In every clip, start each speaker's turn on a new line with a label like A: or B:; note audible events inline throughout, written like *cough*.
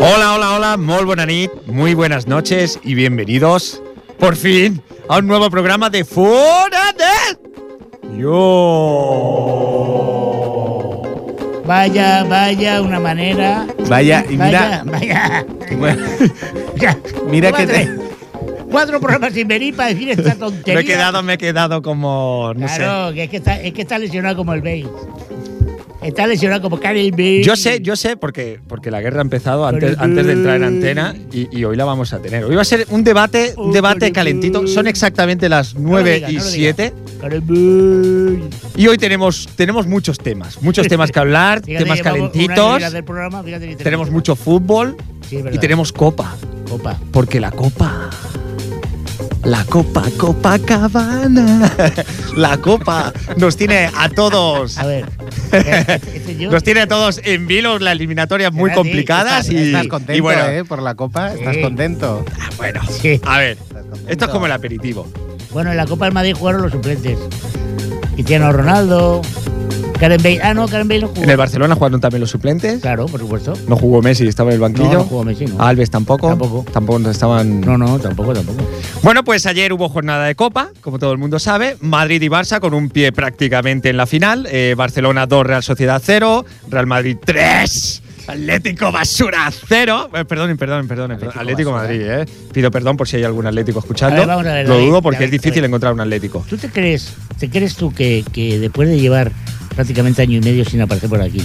A: Hola, hola, hola, muy buena nit, muy buenas noches y bienvenidos, por fin, a un nuevo programa de Fuera de... Yo...
B: Vaya, vaya, una manera.
C: Vaya, y
B: Vaya,
C: mira,
B: vaya.
A: *laughs*
C: bueno,
B: Ya.
C: mira que
B: Madre,
C: te-
B: Cuatro programas sin venir para decir esta
A: *laughs*
B: tontería.
A: Me he quedado, me he quedado como... No
B: Claro, que es que, está, es que está lesionado como el Bale. Está lesionado como Karel Bale.
A: sé. Yo sé, yo sé, porque, porque la guerra ha empezado antes,
B: Pero-
A: antes de entrar en antena y, y hoy la vamos a tener. Hoy va a ser un debate, un debate calentito. Son exactamente las 9
B: digas,
A: y
B: no lo digas.
A: 7.
B: Karel Bale.
A: Y hoy tenemos, tenemos muchos temas, muchos temas que
B: *laughs*
A: hablar,
B: Fíjate,
A: temas
B: llevamos una
A: calentitos,
B: hora del programa, fíjate que
A: tenemos mucho fútbol
B: Sí, es
A: y
B: verdad.
A: tenemos copa,
B: copa.
A: porque la copa, la copa Copa Cabana, *laughs* la copa nos tiene a
B: *laughs*
A: todos,
B: A
A: *laughs*
B: ver. este- este yo-
A: nos tiene a todos en vilo, las eliminatorias muy
B: Espérate,
A: complicadas y,
C: estás
A: y
C: contento,
A: bueno,
C: ¿eh? Por la copa, estás
B: Sí.
C: contento.
A: ah, bueno,
B: Sí.
A: a ver,
C: Estás contento.
A: esto es como el aperitivo.
B: Bueno, en la Copa del Madrid jugaron los suplentes. Cristiano Ronaldo, Karen Bale. Ah, no, Karen Bale no jugó.
A: En el Barcelona jugaron también los suplentes,
B: Claro, por supuesto.
A: no jugó Messi, estaba en el
B: No,
A: banquillo.
B: no jugó Messi, no.
C: Ah,
A: Alves tampoco.
B: Tampoco.
A: Tampoco estaban.
B: No, no, tampoco, tampoco.
A: Bueno, pues ayer hubo jornada de Copa, como todo el mundo sabe. Madrid y Barça con un pie prácticamente en la final. Eh, Barcelona 2, Real Sociedad 0. Real Madrid 3. Atlético Basura Eh, 0. perdón, perdón, perdón. Atlético,
C: Atlético
A: Madrid, eh. Pido perdón por si hay algún Atlético escuchando.
B: A ver, vamos a ver,
A: Lo
B: David,
A: dudo porque
B: David,
A: es difícil
B: David.
A: encontrar un Atlético.
B: ¿Tú te crees, te crees tú que, que después de llevar prácticamente año y medio sin aparecer por aquí,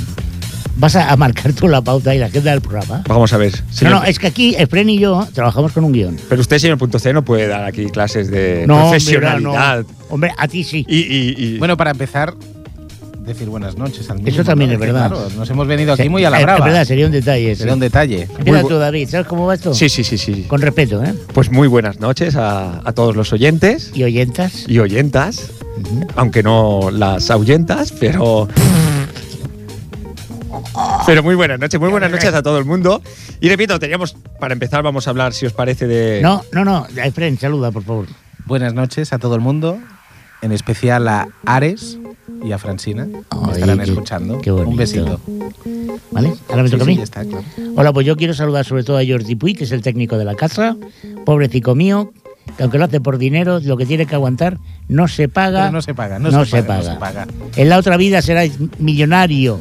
B: vas a, a marcar tú la pauta y la agenda del programa?
A: Vamos a ver. señor.
B: No, no, es que aquí Efren y yo trabajamos con un guión.
A: Pero usted, señor Punto C, no puede dar aquí clases
C: Eh,
A: de
B: No,
A: profesionalidad.
B: Hombre, no. Hombre, a ti sí.
A: Y, y- y-
C: Bueno, para empezar, decir buenas noches al mínimo,
B: Eso también
C: ¿no?
B: es
C: Que,
B: verdad.
C: claro, nos hemos venido aquí
B: Sí,
C: muy a la
B: Eh, es-
C: brava.
B: Es verdad, sería un detalle. sí.
C: Sería un detalle.
B: Empieza
A: Muy bu-
B: tú, David. ¿Sabes cómo va esto?
A: sí, sí, sí, sí.
B: Con respeto, ¿eh?
A: Pues muy buenas noches a, a todos los oyentes
B: ¿Y oyentas?
A: y oyentas. aunque no las ahuyentas, pero. Pero muy buenas noches, muy buenas noches a todo el mundo. Y repito, teníamos, para empezar, vamos a hablar, si os parece, de.
B: No, no, no. Efren, saluda, por favor.
C: Buenas noches a todo el mundo, en especial a Ares y a Francina.
B: Ay,
C: que estarán
B: qué-
C: escuchando.
B: qué bonito.
C: un besito.
B: ¿Vale? Ahora me
C: Sí,
B: toca a
C: sí,
B: mí.
C: ya está, claro.
B: Hola, pues yo quiero saludar sobre todo a Jordi Puy, que es el técnico de la casa. Pobrecico mío, que aunque lo hace por dinero, lo que tiene que aguantar no se paga.
C: Pero no se paga, no,
B: No
C: se,
B: se
C: paga, no se
B: paga.
C: paga.
B: En la otra vida serás millonario.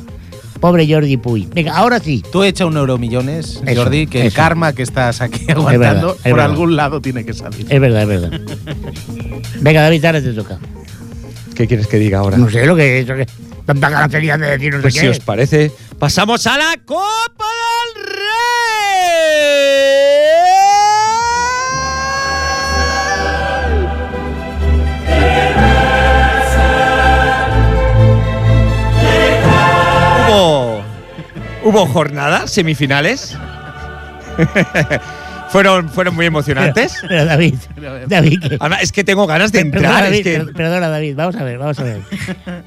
B: Pobre Jordi Puy. Venga, ahora sí.
C: Tú echa un euro millones,
B: Eso,
C: Jordi, que el
B: eso.
C: karma que estás aquí aguantando
B: es
C: por
B: verdad.
C: algún lado tiene que salir.
B: Es verdad, es verdad. Venga, David, ahora te toca.
A: ¿Qué quieres que diga ahora?
B: No sé lo que es. lo que- Tanta ganas tenías de decir no sé
A: Pues si
B: qué.
A: os parece, pasamos a la Copa del Rey. Hubo, hubo jornadas, semifinales. *laughs* fueron, fueron muy emocionantes.
B: Pero
C: *laughs*
B: David, David, que-
A: Además, es que tengo ganas de
B: perdona,
A: entrar.
B: David,
A: es que-
B: per- perdona, David, vamos a ver, vamos a ver.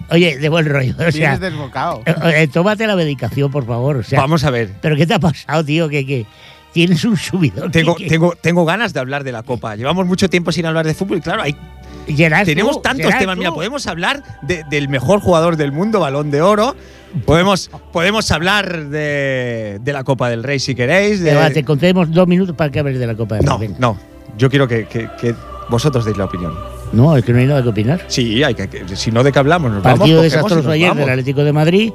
B: Oye, de buen rollo, o sea,
C: Vienes desbocado.
B: eh, eh, tómate la medicación, por favor, o sea,
A: vamos a ver.
B: ¿Pero qué te ha pasado, tío? Que, que tienes un subidón.
A: Tengo,
B: que- que-
A: tengo, tengo ganas de hablar de la Copa. Llevamos mucho tiempo sin hablar de fútbol y claro, hay
B: Gerard,
A: Tenemos
B: tú,
A: tantos
B: Gerard,
A: temas.
B: tú.
A: Mira, podemos hablar de- del mejor jugador del mundo, balón de oro. Podemos, podemos hablar de, de la Copa del Rey si queréis. de-
B: Te va, te concedemos dos minutos para que hables de la Copa de
A: no,
B: Rey, venga.
A: no. Yo quiero que, que- que vosotros deis la opinión.
B: No, es que no hay nada que opinar.
A: Sí, hay que, que- si no, ¿de qué hablamos? Nos
B: Partido
A: vamos, cogemos y
B: desastroso
A: nos
B: ayer
A: vamos.
B: del Atlético de Madrid.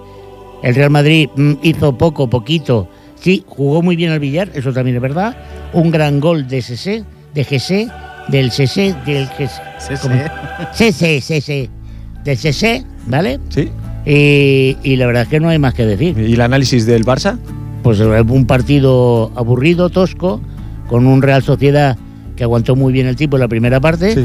B: El Real Madrid mm, hizo poco, poquito. Sí, jugó muy bien al billar, eso también es verdad. Un gran gol de CC, de GC, del CC, del GC.
C: Sí, sí.
B: ¿Cómo? CC, CC, del CC, ¿vale?
A: ¿Sí?
B: Y, y la verdad es que no hay más que decir.
A: ¿Y el análisis del Barça?
B: pues eh, un partido aburrido, tosco, con un Real Sociedad que aguantó muy bien el tipo en la primera parte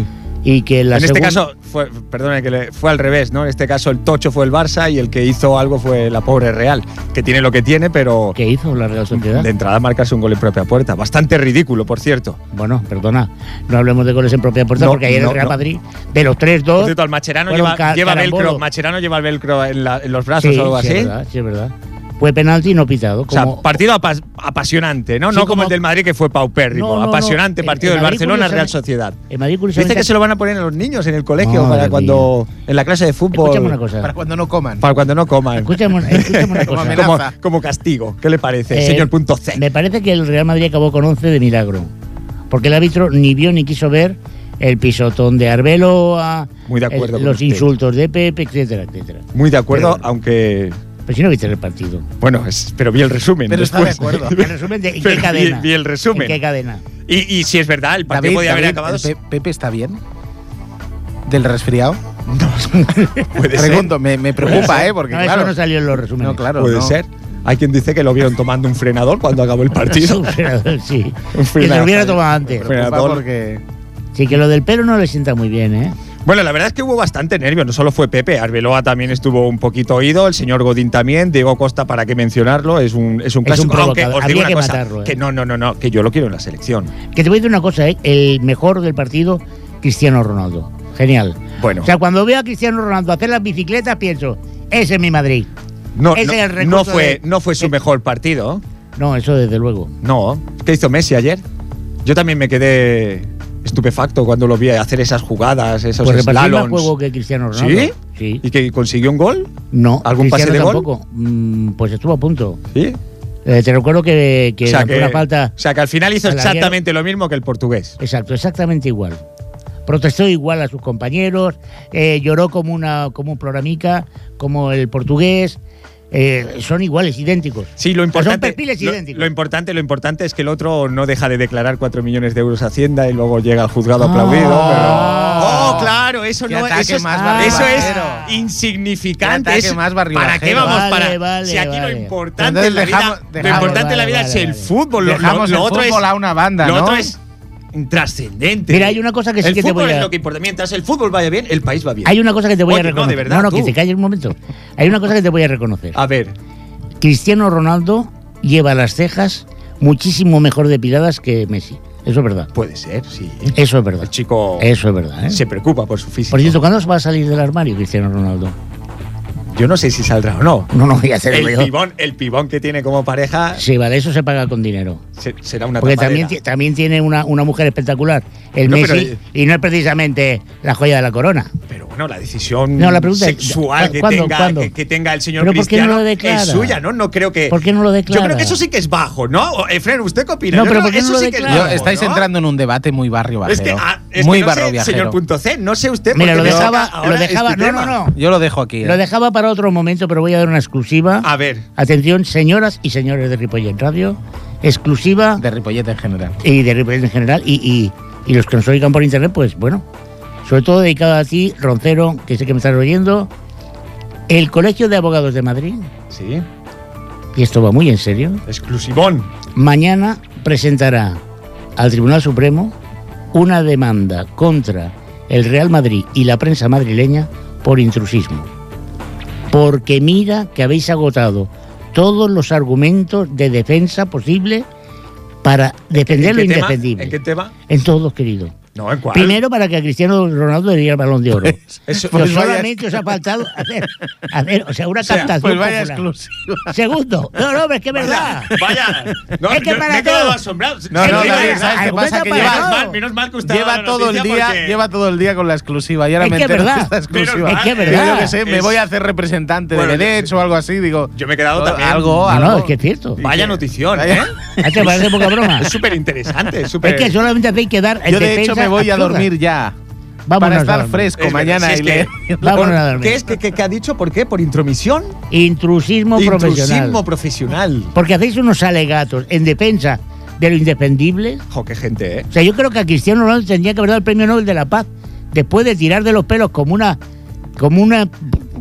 B: y que en la
A: en este
B: segunda-
A: caso, fue, perdone, que le- fue al revés, ¿no? En este caso, el tocho fue el Barça y el que hizo algo fue la pobre Real, que tiene lo que tiene, pero
B: ¿Qué hizo la Real Sociedad?
A: de entrada marcarse un gol en propia puerta. Bastante ridículo, por cierto.
B: Bueno, perdona, no hablemos de goles en propia puerta
A: No,
B: porque ayer
A: no,
B: el Real
A: no.
B: Madrid, de los
A: Por
B: 3-2,
A: cierto, al Macherano
B: Fueron
A: lleva,
B: ca-
A: lleva
B: carambolo.
A: velcro. Macherano lleva el velcro en, la- en los brazos
B: sí,
A: o algo
B: sí,
A: así.
B: es verdad, sí, es verdad. Fue penalti no pitado.
A: O sea,
B: como-
A: partido apas- apasionante, ¿no?
B: Sí,
A: no como,
B: como-
A: el del Madrid que fue paupérrimo.
B: No, no, no.
A: apasionante
B: El-
A: partido
B: el
A: del
B: Madrid
A: Barcelona Real
B: curiosamente-
A: Sociedad.
B: el Madrid,
A: Dice
B: curiosamente,
A: que se lo van a poner a los niños en el colegio
B: Madre
A: para cuando en la clase de fútbol
B: Escúchame una cosa.
C: Para cuando no coman.
A: para cuando no coman.
B: Escúchame una, escúchame una
C: Como
B: cosa.
C: amenaza.
A: *laughs* Como, como castigo, ¿qué le parece,
B: Eh,
A: señor punto C?
B: Me parece que el Real Madrid acabó con 11 de milagro. Porque el árbitro ni vio ni quiso ver el pisotón de Arbelo, a-
A: Muy de acuerdo
B: el-
A: con
B: los
A: usted.
B: insultos de Pepe, etcétera, etcétera.
A: Muy de acuerdo,
B: Pero-
A: aunque
B: Pero si no viste
A: *laughs*
B: el partido.
A: bueno, es- pero vi el resumen
C: Pero está de
A: después.
C: acuerdo.
B: El resumen de ¿en qué
A: Pero vi-
B: cadena?
A: vi el resumen.
B: ¿En qué cadena?
A: *laughs* Y, y si es verdad, el partido
C: David,
A: podía haber
C: David,
A: acabado.
C: ¿el Pe- Pepe está bien. Del resfriado.
A: Puede ser.
C: Pregunto, me, me preocupa, ¿eh? Porque
B: no,
C: claro.
B: eso no salió en los resúmenes. *laughs*
C: No, claro.
A: Puede
C: no.
A: ser. Hay quien dice que lo vieron tomando un frenador cuando acabó el
B: *laughs*
A: partido.
B: sí.
A: Un
B: Que se
A: frenador.
B: lo hubiera tomado antes.
A: Frenador.
C: Preocupa porque.
B: Sí, que lo del pelo no le sienta muy bien, ¿eh?
A: Bueno, la verdad es que hubo bastante nervios, no solo fue Pepe, Arbeloa también estuvo un poquito oído, el señor Godín también, Diego Costa, para qué mencionarlo, es un, es un
B: Es
A: clásico.
B: un
A: aunque
B: provocador,
A: os digo
B: habría
A: una
B: que
A: cosa,
B: matarlo, ¿eh?
A: que no, no, no, no, que yo lo quiero en la selección.
B: Que te voy a decir una cosa, ¿eh? El mejor del partido, Cristiano Ronaldo. Genial.
A: Bueno,
B: O sea, cuando veo a Cristiano Ronaldo hacer las bicicletas, pienso, ese es mi Madrid.
A: no,
B: ese
A: no-
B: es el recurso
A: no fue,
B: de- eh,
A: no fue su
B: de-
A: mejor partido,
B: No, eso desde luego.
A: no. ¿Qué hizo Messi ayer? Yo también me quedé estupefacto cuando lo vi hacer esas jugadas, esos
B: Pues repartir más
A: slaloms.
B: juego que Cristiano Ronaldo.
A: ¿Sí?
B: Sí.
A: ¿Y que consiguió un gol?
B: No,
A: ¿Algún pase
B: Cristiano
A: de gol?
B: tampoco. Mm, pues estuvo a punto.
A: ¿Sí?
B: Eh, te recuerdo que, que
A: o, sea
B: lanzó
A: que,
B: una falta.
A: o sea que al final hizo
B: al larguero.
A: exactamente lo mismo que el portugués.
B: Exacto, exactamente igual. Protestó igual a sus compañeros, eh, lloró como una como un programica, como el portugués. eh, son iguales, idénticos.
A: Sí, lo importante,
B: Son perfiles
A: lo,
B: idénticos.
A: lo importante, lo importante es que el otro no deja de declarar 4 millones de euros a Hacienda y luego llega al juzgado aplaudido.
B: Ah.
A: pero- Oh, claro, eso
C: Qué
A: no es-
C: ataque
A: eso es,
C: más
A: eso es
C: barribajero.
A: insignificante.
C: Qué
A: es-
C: ataque más
A: ¿Para qué
C: barribajero.
A: vamos
B: Vale,
A: para?
B: vale,
A: si aquí
B: vale.
A: lo importante
C: Entonces
A: en la vida,
C: dejamos-
A: lo
C: dejamos-
A: importante en la vida
B: vale,
A: es
B: vale,
A: el
B: vale.
A: fútbol. Lo, lo-
C: Dejamos
A: lo
C: el
A: otro
C: fútbol
A: es,
C: a una banda,
A: lo
C: ¿no?
A: otro es trascendente.
B: Mira, hay una cosa que sí
A: el
B: que te
A: fútbol
B: voy a-
A: es lo que importa. Mientras el fútbol vaya bien, el país va bien.
B: Hay una cosa que te voy a
A: Oye, no,
B: reconocer.
A: de verdad,
B: no, que
A: tú.
B: te calles un momento. Hay una cosa que te voy a reconocer.
A: A ver,
B: Cristiano Ronaldo lleva las cejas muchísimo mejor depiladas que Messi. Eso es verdad.
A: puede ser, sí.
B: Eso es
A: El
B: verdad.
A: chico
B: Eso es verdad. ¿eh?
A: se preocupa por su físico.
B: Por cierto, ¿cuándo va a salir del armario Cristiano Ronaldo?
A: Yo no sé si saldrá o
B: *laughs*
A: no.
B: No, no, ya se lo
A: El
B: digo.
A: pibón, el pibón que tiene como pareja
B: Sí, vale, eso se paga con dinero.
A: se- será una
B: Porque
A: tapadera.
B: también, ti- también tiene una, una mujer espectacular, el
A: No, pero-
B: Messi, y no es precisamente la joya de la corona.
A: Pero bueno, la decisión
B: No, la pregunta es,
A: sexual que,
B: ¿cuándo,
A: tenga,
B: cuándo?
A: Que, que tenga el señor
B: ¿Pero por qué no
A: Cristiano
B: lo declara?
A: es suya, ¿no? No creo que.
B: ¿Por qué no lo declara?
A: Eh, Yo creo que eso sí que es bajo, ¿no? O- Efren, ¿usted qué opina?
B: No,
A: Yo
B: pero
A: creo
B: ¿por qué
A: que
B: no
A: eso
B: lo
A: sí que es
B: declara?
A: bajo,
C: Yo- estáis
A: ¿no?
C: entrando en un debate muy barrio
A: Es que,
C: bajero.
A: ah, es
C: muy
A: que no sé,
C: barrio viajero.
A: señor punto C, no sé usted.
B: Mira,
A: por
B: lo
A: qué toca
B: dejaba,
A: ahora
B: lo
A: este
B: dejaba, no,
A: tema.
B: no, no.
C: Yo lo dejo aquí. ¿eh?
B: Lo dejaba para otro momento, pero voy a dar una exclusiva.
A: A ver,
B: Atención, señoras y señores de Ripollet Radio, exclusiva
C: De Ripollete en general.
B: y de Ripollet en general, y, y- y los que nos oigan por internet, pues bueno, sobre todo dedicado a ti, Roncero, que sé que me estás oyendo, el Colegio de Abogados de Madrid,
A: sí,
B: y esto va muy en serio,
A: exclusivón.
B: mañana presentará al Tribunal Supremo una demanda contra el Real Madrid y la prensa madrileña por intrusismo. Porque mira que habéis agotado todos los argumentos de defensa posible para defender
A: ¿En
B: lo
A: qué tema?
B: indefendible.
A: ¿En qué tema?
B: En todos, querido.
A: No, ¿en cuál?
B: Primero, para que a Cristiano Ronaldo le diera el balón de oro.
C: *laughs*
A: Eso-
B: Pero
A: pues vaya-
B: solamente os ha faltado hacer, hacer, o sea, una
A: sea,
B: captación.
C: Pues vaya
B: popular.
C: exclusiva.
B: Segundo, no, no, pero es que es verdad.
A: Vaya. No,
B: Es que
A: yo-
B: para
A: me he quedado
B: todo.
A: asombrado.
C: No,
A: Sí,
C: no,
A: sí,
C: David,
A: sí,
C: ¿sabes qué
B: Argumenta
C: pasa? Que
B: para
A: Lleva,
B: todo.
C: lleva,
A: mal, menos mal que usted ha
C: *laughs* lleva
A: dado la
C: todo el
A: noticia
C: día,
A: porque-
C: lleva todo el día con la exclusiva y ahora
B: Es
C: me
B: que es
C: entero de
B: verdad.
C: esta exclusiva.
A: Menos mal.
B: Es que es
C: Digo,
B: verdad.
C: yo qué sé, me
A: Es-
C: voy a hacer representante
A: Bueno,
C: de
A: yo-
C: Delech o algo así, digo.
A: Yo me he quedado también.
C: Algo,
B: No, no,
C: algo.
B: es que es cierto.
A: Vaya notición,
C: Vaya.
A: ¿eh?
B: Ah, ¿Te parece
C: *laughs*
B: poca broma?
A: Es súper interesante, súper.
B: Es que solamente hacéis que dar
C: Yo de hecho me voy a dormir ya.
B: Vamos
C: para estar fresco
A: Es
C: mañana
A: verdad, si
C: y
A: es *laughs*
C: leer.
B: Vámonos a dormir.
A: ¿Qué es que, que- que ha dicho? ¿Por qué? ¿Por intromisión?
B: Intrusismo,
A: Intrusismo
B: profesional.
A: profesional.
B: Porque hacéis unos alegatos en defensa de lo indefendible.
A: Jo, qué gente, ¿eh?
B: O sea, yo creo que a Cristiano Ronaldo tendría que haber dado el premio Nobel de la Paz después de tirar de los pelos como una. como una.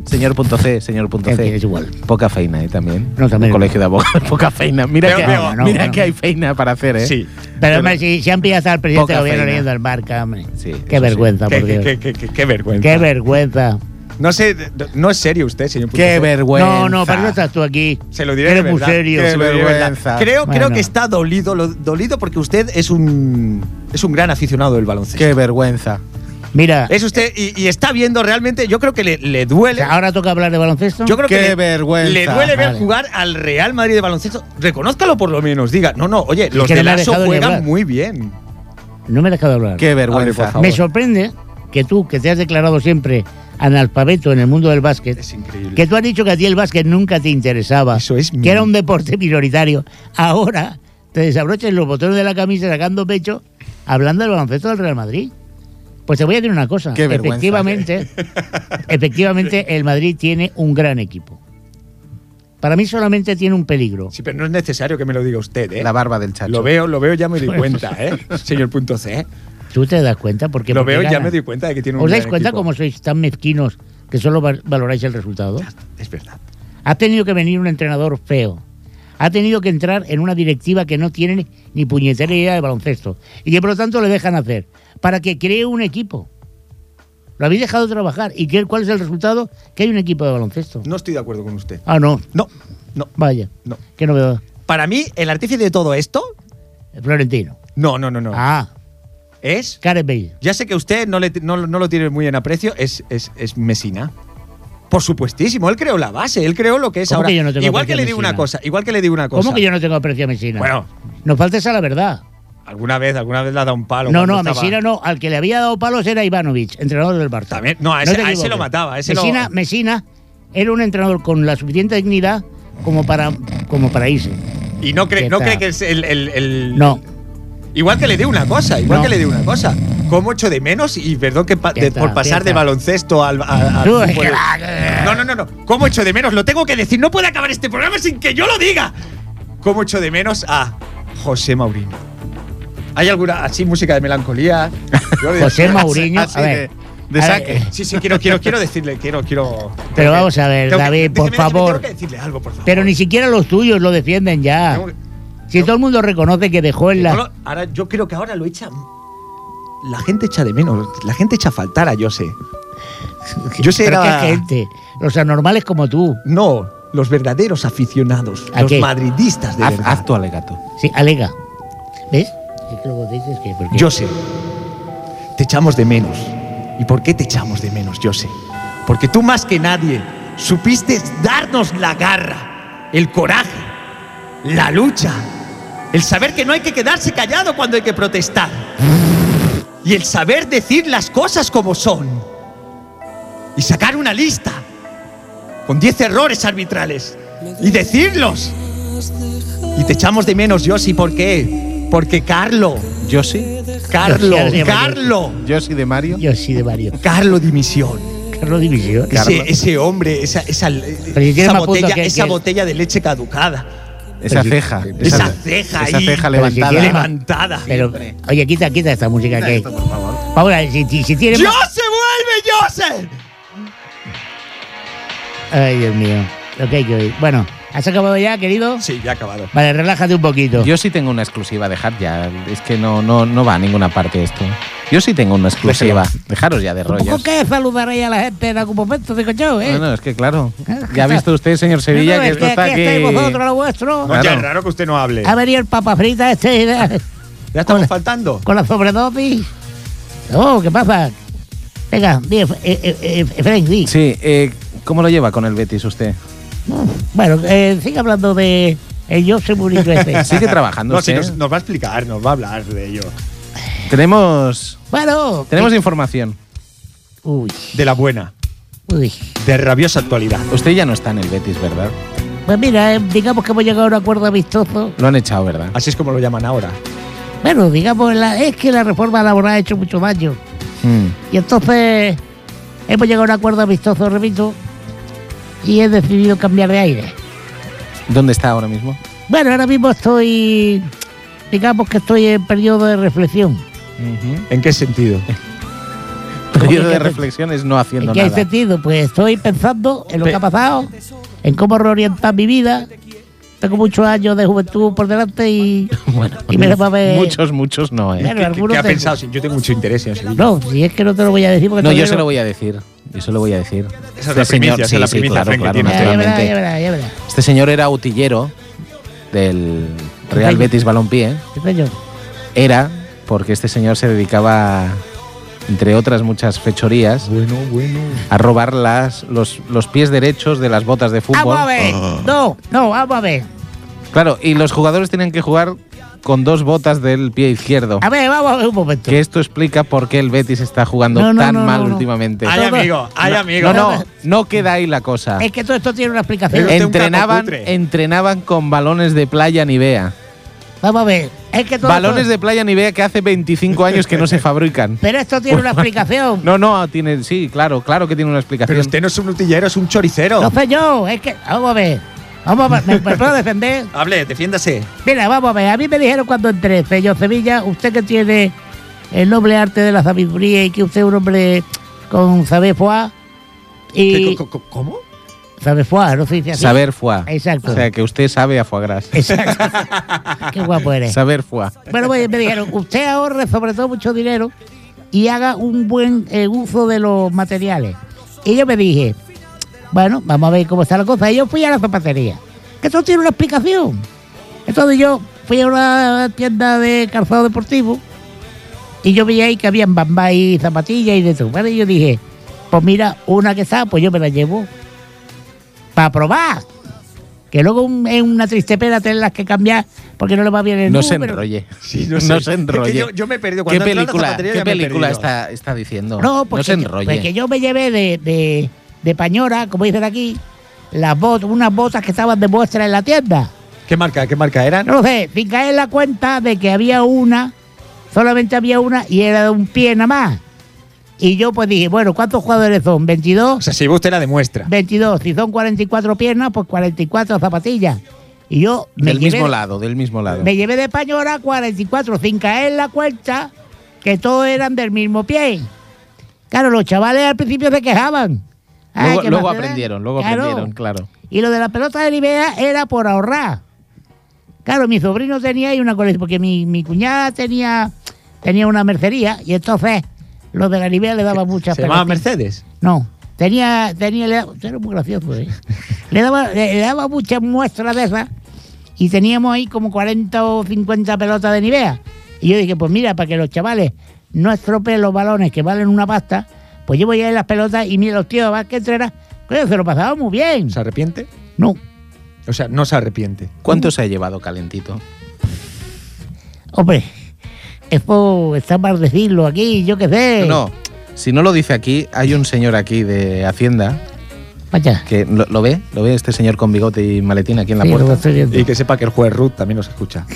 C: Señor punto C, señor punto
B: En fin, es
C: C.
B: igual.
C: Poca feina, ¿eh? También.
B: No, también.
C: Un colegio de abogados, *laughs* poca feina. Mira,
A: Veo,
C: que,
A: veo.
B: No,
C: mira
B: no.
C: que hay feina para hacer, ¿eh?
A: Sí.
B: Pero hombre, si, si han pillado al presidente
C: Poca
B: del gobierno
C: feina.
B: leyendo el marca, hombre.
C: Sí, eso
B: Qué
C: sí.
B: vergüenza,
A: Qué,
B: por
A: qué-
B: Dios.
A: qué- qué- qué- qué vergüenza.
B: Qué vergüenza.
A: no sé, no es serio usted, señor. Punto
C: Qué
A: C.
C: vergüenza.
B: No, no, para eso estás tú aquí.
A: Se lo diré
B: Eres
A: de
B: muy
A: verdad.
B: serio.
A: Se lo diré de verdad.
C: vergüenza.
A: Creo, creo
B: Bueno.
A: que está dolido, lo- dolido porque usted es un es un gran aficionado del baloncesto.
C: Qué vergüenza.
B: Mira,
A: Es usted, y, y está viendo realmente, yo creo que le, le
B: o
A: duele.
B: sea, ahora toca hablar de baloncesto.
A: Yo creo
C: Qué
A: que le-
C: vergüenza.
A: le duele ver
B: Vale.
A: jugar al Real Madrid de baloncesto. Reconózcalo por lo menos, diga. No, no, oye, los
B: que no
A: de
B: me ha
A: Lasso
B: dejado ni hablar.
A: juegan muy bien.
B: no me he dejado hablar.
C: Qué
A: Abre, por
C: vergüenza.
A: favor.
B: Me sorprende que tú, que te has declarado siempre analfabeto en el mundo del básquet,
A: Es increíble.
B: que tú has dicho que a ti el básquet nunca te interesaba,
A: Eso es mi-
B: que era un deporte minoritario, ahora te desabroches los botones de la camisa sacando pecho hablando del baloncesto del Real Madrid. Pues te voy a decir una cosa,
C: Qué vergüenza.
B: efectivamente,
A: ¿eh?
B: *laughs* efectivamente el Madrid tiene un gran equipo. Para mí solamente tiene un peligro.
A: Sí, pero no es necesario que me lo diga usted, ¿eh?
C: La barba del chacho.
A: Lo veo, lo veo, ya me di cuenta,
B: *laughs*
A: ¿eh? Señor punto C.
B: ¿Tú te das cuenta? Porque
A: Lo
B: porque
A: veo, ya
B: gana.
A: me di cuenta de que tiene un
B: ¿Os dais
A: gran
B: cuenta
A: equipo.
B: cómo sois tan mezquinos que solo val- valoráis el resultado?
A: Es verdad.
B: Ha tenido que venir un entrenador feo. Ha tenido que entrar en una directiva que no tiene ni puñetera idea de baloncesto. Y que por lo tanto le dejan hacer. Para que cree un equipo. Lo habéis dejado trabajar. ¿Y qué, cuál es el resultado? Que hay un equipo de baloncesto.
A: No estoy de acuerdo con usted.
B: Ah, no.
A: No, no,
B: Vaya.
A: no.
B: Qué novedad.
A: Para mí, el artífice de todo esto,
B: Florentino.
A: no, no, no, no.
B: Ah,
A: Es.
B: Karen Bale.
A: Ya sé que usted no, le, no, no lo tiene muy en aprecio, es, es, es Mesina. Por supuestísimo, él creó la base, él creó lo que es
B: ¿Cómo
A: ahora.
B: que yo no tengo
A: igual
B: aprecio
A: que
B: a
A: le digo una
B: Messina?
A: cosa, igual que le digo una cosa.
B: ¿Cómo que yo no tengo aprecio a Mesina?
A: Bueno.
B: Nos falta esa la verdad.
A: Alguna vez, alguna vez le ha dado un palo.
B: No,
A: cuando
B: no, a
A: estaba-
B: Mesina no. Al que le había dado palos era Ivanovic, entrenador del Barça.
A: También- no, a ese-
B: te
A: a ese
B: equivoques.
A: lo mataba, a ese lo-
B: Mesina, Mesina era un entrenador con la suficiente dignidad como para, como para irse.
A: Y no cree,
B: ¿Qué
A: no
B: tal?
A: cree que es el. el- el-
B: No,
A: Igual que le digo una cosa, igual
B: No.
A: que le digo una cosa. ¿Cómo echo de menos? Y perdón que pa- de-
B: Piensa,
A: por pasar de
B: piensa.
A: baloncesto al. a- a-
B: Tú,
A: al fútbol.
B: crack.
A: no, no, no, no. ¿Cómo echo de menos? Lo tengo que decir. No puede acabar este programa sin que yo lo diga. ¿Cómo echo de menos a José Mauriño? ¿Hay alguna así música de
B: *laughs*
A: melancolía? Yo de-
B: José Mauriño.
C: Así
B: a ver,
C: de- de
B: a ver,
C: saque.
B: eh,
A: Sí, sí, quiero, quiero, quiero decirle, quiero, quiero.
B: Pero
A: tengo que-
B: vamos a ver,
A: tengo que-
B: David, por
A: déjeme- déjeme-
B: favor.
A: tengo que decirle algo, por favor.
B: Pero ni siquiera los tuyos lo defienden ya.
A: Tengo que-
B: Si todo el mundo reconoce que dejó en
A: No
B: la.
A: lo- ahora yo creo que ahora lo echa. La gente echa de menos. La gente echa a faltar a Jose. Jose
B: Pero
A: era.
B: qué gente. Los anormales como tú.
A: No, los verdaderos aficionados.
B: ¿A
A: los
B: qué?
A: madridistas de
C: Haz,
A: verdad.
C: haz tu alegato.
B: Sí, alega. ¿Ves? Es que luego dices que. porque-
A: Jose, te echamos de menos. ¿Y por qué te echamos de menos, Jose? Porque tú más que nadie supiste darnos la garra, el coraje, la lucha, el saber que no hay que quedarse callado cuando hay que protestar y el saber decir las cosas como son y sacar una lista con 10 errores arbitrales y decirlos. Y te echamos de menos, Josi, ¿por qué? Porque Carlo
C: Yo sí.
A: Carlo,
B: Yo sí,
A: Carlo,
C: Yo sí de Mario.
B: Yo sí, de varios.
A: Carlo Dimisión.
B: Carlos División.
A: Ese, ese hombre, esa, esa,
B: si tiene
A: esa
B: más puntos
A: botella,
B: que-
A: esa
B: que-
A: botella de leche caducada,
C: Esa
B: Pero-
C: ceja.
A: esa ceja
C: Esa
A: ahí.
C: ceja
B: Pero si
C: levantada.
B: tiene-
A: levantada.
B: Pero,
C: Siempre.
B: oye, quita, quita esta música que hay.
C: Esto, por favor.
B: Vamos a ver, si, si, si tiene
A: ¡Jose
B: más-
A: vuelve, Jose!
B: Ay, Dios mío. Lo que hay que oír. Bueno, ¿has acabado ya, querido?
A: Sí, ya ha acabado.
B: Vale, relájate un poquito.
C: Yo sí tengo una exclusiva, dejad ya. Es que no, no, no va a ninguna parte esto. Yo sí tengo una exclusiva. Dejaros ya de rollos.
B: ¿Por qué saludaré a la gente en algún momento? Digo yo, ¿eh?
C: No, no, es que claro. Ya ha visto usted, señor
B: No,
C: Sevilla,
B: no,
C: que
B: es
C: esto está
B: aquí estáis vosotros,
C: aquí.
B: lo vuestro.
A: No, ya
C: Claro.
A: es raro que usted no hable.
B: Ha venido el papa frita este *laughs* eh,
A: Ya estamos faltando.
B: con la sobredosis. Oh, ¿qué pasa? Venga, di, eh, eh, eh, Frank, di.
C: Sí, eh, ¿cómo lo lleva con el Betis usted?
B: Bueno, eh, sigue hablando de el José
C: *laughs*
B: Murillo este.
C: Sigue trabajando
A: Eh. *laughs* No, sí,
C: usted.
A: nos, nos va a explicar, nos va a hablar de ello.
C: Tenemos,
B: Bueno.
C: tenemos información.
B: Uy,
A: De la buena,
B: uy.
A: de rabiosa actualidad.
C: Usted ya no está en el Betis, ¿verdad?
B: Pues mira, eh, digamos que hemos llegado a un acuerdo amistoso.
C: Lo han echado, ¿verdad?
A: Así es como lo llaman ahora.
B: Bueno, digamos, la- es que la reforma laboral ha hecho mucho daño.
C: Mm.
B: Y entonces hemos llegado a un acuerdo amistoso, repito, y he decidido cambiar de aire.
C: ¿Dónde está ahora mismo?
B: Bueno, ahora mismo estoy, digamos que estoy en periodo de reflexión.
A: ¿En qué
B: *laughs*
A: sentido?
C: Periodo
B: Oye,
C: de
B: que-
C: reflexiones no
B: ¿En
C: haciendo
B: qué
A: este
C: nada.
B: sentido? Pues estoy pensando en lo
A: Pe-
B: que ha pasado, en cómo reorientar mi vida. Tengo muchos años de juventud por delante
C: *laughs*
B: y, y me
C: pues
B: va a ver...
C: Muchos, muchos no, ¿eh?
B: Claro,
A: ¿Qué, qué-
B: algunos
A: qué ha
B: de-
A: pensado? Sí, Yo tengo mucho interés en Sevilla.
B: No, si es que no te lo voy a decir porque
C: No,
B: todavía
C: yo se lo voy a decir. Yo se lo voy a decir. Este
A: es la primicia, esa es la primicia,
C: claro,
A: Frank, que
C: claro,
A: tiene
B: Ya, ya verás,
C: naturalmente.
B: ya verás, ya verás.
C: Este señor era utillero del Real
B: Venga.
C: Betis Balompié.
B: Sí, señor.
C: Era porque este señor se dedicaba entre otras muchas fechorías,
A: Bueno, bueno.
C: a robar las, los, los pies derechos de las botas de fútbol.
B: Vamos
C: Ah.
B: Ah, a ver. No, no, vamos a ver.
C: Claro, y los jugadores tienen que jugar con dos botas del pie izquierdo.
B: A ver, vamos a ver un momento.
C: Que esto explica por qué el Betis está jugando
B: No, no,
C: tan
B: no, no,
C: mal
B: no.
C: últimamente.
A: Ay,
B: Todo-
A: amigo, ay, amigo.
C: No, no, no queda ahí la cosa.
B: Es que todo esto tiene una explicación.
C: Eh.
A: Pero- usted un
C: Entrenaban,
A: caco cutre.
C: entrenaban con balones de playa Nivea.
B: Vamos a ver. Es que todo
C: Balones
B: esto-
C: de playa Nivea que hace 25 años que
A: *laughs*
C: no se fabrican.
B: Pero esto tiene una
C: *laughs*
B: explicación.
C: No, no, tiene, sí, claro, claro que tiene una explicación.
A: Pero usted no es un utillero, es un choricero.
B: No sé yo, es que. Vamos a ver. Vamos a ver. ¿Me, me puedo defender?
A: Hable, defiéndase.
B: Mira, vamos a ver. A mí me dijeron cuando entré, Fello Sevilla, usted que tiene el noble arte de la sabiduría y que usted es un hombre con saber foie.
A: ¿Qué,
B: Y.
A: co- co- ¿Cómo?
B: Saber foie, no se dice así.
C: Saber fue.
B: Exacto.
C: O sea, que usted sabe a foie gras.
B: Exacto. Qué guapo eres.
C: Saber fue.
B: Bueno, pues, me dijeron, usted ahorre sobre todo mucho dinero y haga un buen eh, uso de los materiales. Y yo me dije, bueno, vamos a ver cómo está la cosa. Y yo fui a la zapatería. Que esto tiene una explicación. Entonces yo fui a una tienda de calzado deportivo y yo vi ahí que habían bambas y zapatillas y de todo. ¿vale? Y yo dije, pues mira, una que está, pues yo me la llevo para probar. Que luego un- es una triste pena tenerlas que cambiar porque no le va bien el
C: No se
B: número.
C: enrolle.
A: Sí,
C: no, se enrolle.
A: Es que yo, yo me he perdido.
C: ¿Qué
A: Cuando entré a la
C: película,
A: zapatería
C: qué
A: ya me he
C: película
A: perdido.
C: está, está diciendo?
B: No, porque,
C: no se
B: yo- porque
C: enrolle.
B: yo me llevé de, de- de pañora, como dicen aquí, las bot- unas botas que estaban de muestra en la tienda.
A: ¿Qué marca, qué marca era?
B: No lo sé, sin caer en la cuenta de que había una, solamente había una y era de un pie nada más. Y yo pues dije, bueno, ¿cuántos jugadores son?
A: O
B: ¿22?
A: sea, si usted la demuestra.
B: 22. Si son 44 piernas, pues 44 zapatillas. Y yo me
C: Del
B: llevé,
C: mismo lado, del mismo lado.
B: me llevé de pañora 44, sin caer en la cuenta que todos eran del mismo pie. Claro, los chavales al principio se quejaban. Ay,
C: Luego,
B: Ah, que
C: luego
B: más te da.
C: aprendieron, luego
B: Claro.
C: aprendieron, claro.
B: Y lo de la pelota de Libea era por ahorrar. Claro, mi sobrino tenía ahí una colección, porque mi, mi cuñada tenía, tenía una mercería y entonces lo de la Libea le daba muchas
A: ¿Se llamaba
B: pelotas.
A: Mercedes?
B: No, tenía, tenía, le daba- era muy gracioso, ¿eh? le, daba, le, le daba muchas muestras de esas y teníamos ahí como 40 o 50 pelotas de Nivea. Y yo dije, pues mira, para que los chavales no estropeen los balones que valen una pasta, pues llevo ya las pelotas y mira los tíos de Vázquez Entrera, coño, se lo pasaba muy bien.
A: ¿Se arrepiente?
B: No,
A: O sea, no se arrepiente.
C: ¿Cuánto se ha llevado calentito?
B: hombre, es por está mal decirlo aquí, yo qué sé.
C: No, si no lo dice aquí, hay un señor aquí de Hacienda
B: Vaya.
C: que lo, lo ve, lo ve este señor con bigote y maletín aquí en la
B: Sí, lo
C: puerta.
B: estoy viendo.
A: Y que sepa que el juez Ruth también nos escucha.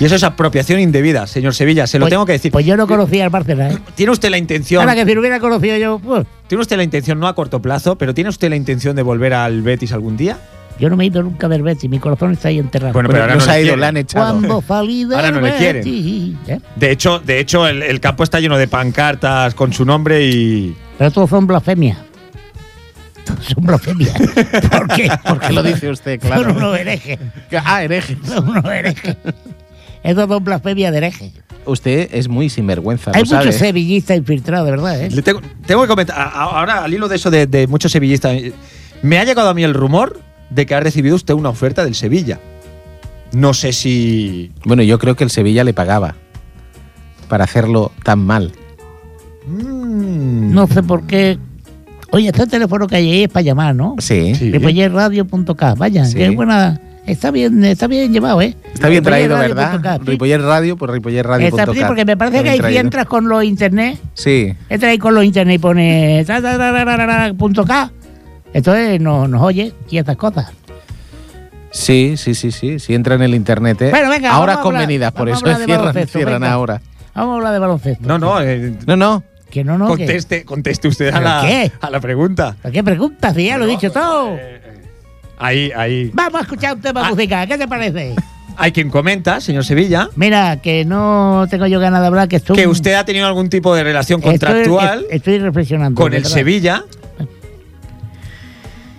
A: Y eso es apropiación indebida, señor Sevilla, se lo
B: Pues-
A: tengo que decir.
B: Pues yo no conocía al Barcelona, ¿eh?
A: Tiene usted la intención,
B: Ahora que si lo hubiera conocido yo, pues,
A: tiene usted la intención no a corto plazo, pero tiene usted la intención de volver al Betis algún día?
B: Yo no me he ido nunca del Betis, mi corazón está ahí enterrado.
A: Bueno, pero ahora
C: no
A: no
C: se ha
A: le
C: ido,
A: quieren.
C: le han echado.
B: Cuando salí del
A: Ahora no le
B: Betis, ¿eh?
A: De hecho, de hecho el, el campo está lleno de pancartas con su nombre y
B: Pero todos son blasfemias. Todos son
C: *laughs*
B: blasfemias. ¿Por qué?
C: Porque lo dice usted,
B: *laughs* Son
C: claro.
B: unos herejes.
C: Ah, hereje.
B: Son unos herejes. Esos son blasfemias de herejes.
C: Usted es muy sinvergüenza,
B: Hay
C: lo sabe. ¿eh?
B: muchos sevillistas infiltrados, de verdad, ¿eh?
A: Le tengo, tengo que comentar, a- a- ahora al hilo de eso de, de muchos sevillistas, eh, me ha llegado a mí el rumor de que ha recibido usted una oferta del Sevilla. No sé si...
C: Bueno, yo creo que el Sevilla le pagaba para hacerlo tan mal.
A: Mm.
B: No sé por qué. Oye, este teléfono que hay ahí es para llamar, ¿no? pues
C: Sí.
A: Sí.
B: Ripollerradio.k. Vaya,
C: Sí.
B: qué buena. Está bien, está bien llevado, ¿eh?
C: Está bien traído, ¿verdad?
B: Ripollerradio.k.
C: Ripoller Radio por Ripoller Radio.
B: Está bien, porque me parece que ahí si entras con los internet.
C: Sí.
B: Entra ahí con los internet y pone ta, ta, ta, ta, ta, ta, ta, punto K. Entonces no- nos oye y estas cosas.
C: Sí, sí, sí, sí. Si entra en el internet, ¿eh?
B: Bueno, venga,
C: ahora
B: vamos a hablar-
C: convenidas, por
B: vamos
C: eso
B: a hablar de
C: cierran,
B: baloncesto,
C: cierran
B: venga.
C: ahora.
B: Vamos a hablar de baloncesto.
A: No, no, eh,
C: No, no.
B: Que no, no. que-
A: conteste, conteste usted a
B: ¿Pero
A: la,
B: qué?
A: a la pregunta.
B: ¿Pero qué preguntas? Si ya lo he dicho todo.
A: Ahí, ahí.
B: Vamos a escuchar un tema
A: Ah.
B: musical. ¿Qué te parece?
A: Hay quien comenta, señor Sevilla,
B: Mira, que no tengo yo ganas de hablar, que estoy.
A: que usted ha tenido algún tipo de relación
B: estoy- e-,
A: contractual
B: Estoy, reflexionando.
A: con
B: de
A: el
B: verdad.
A: Sevilla.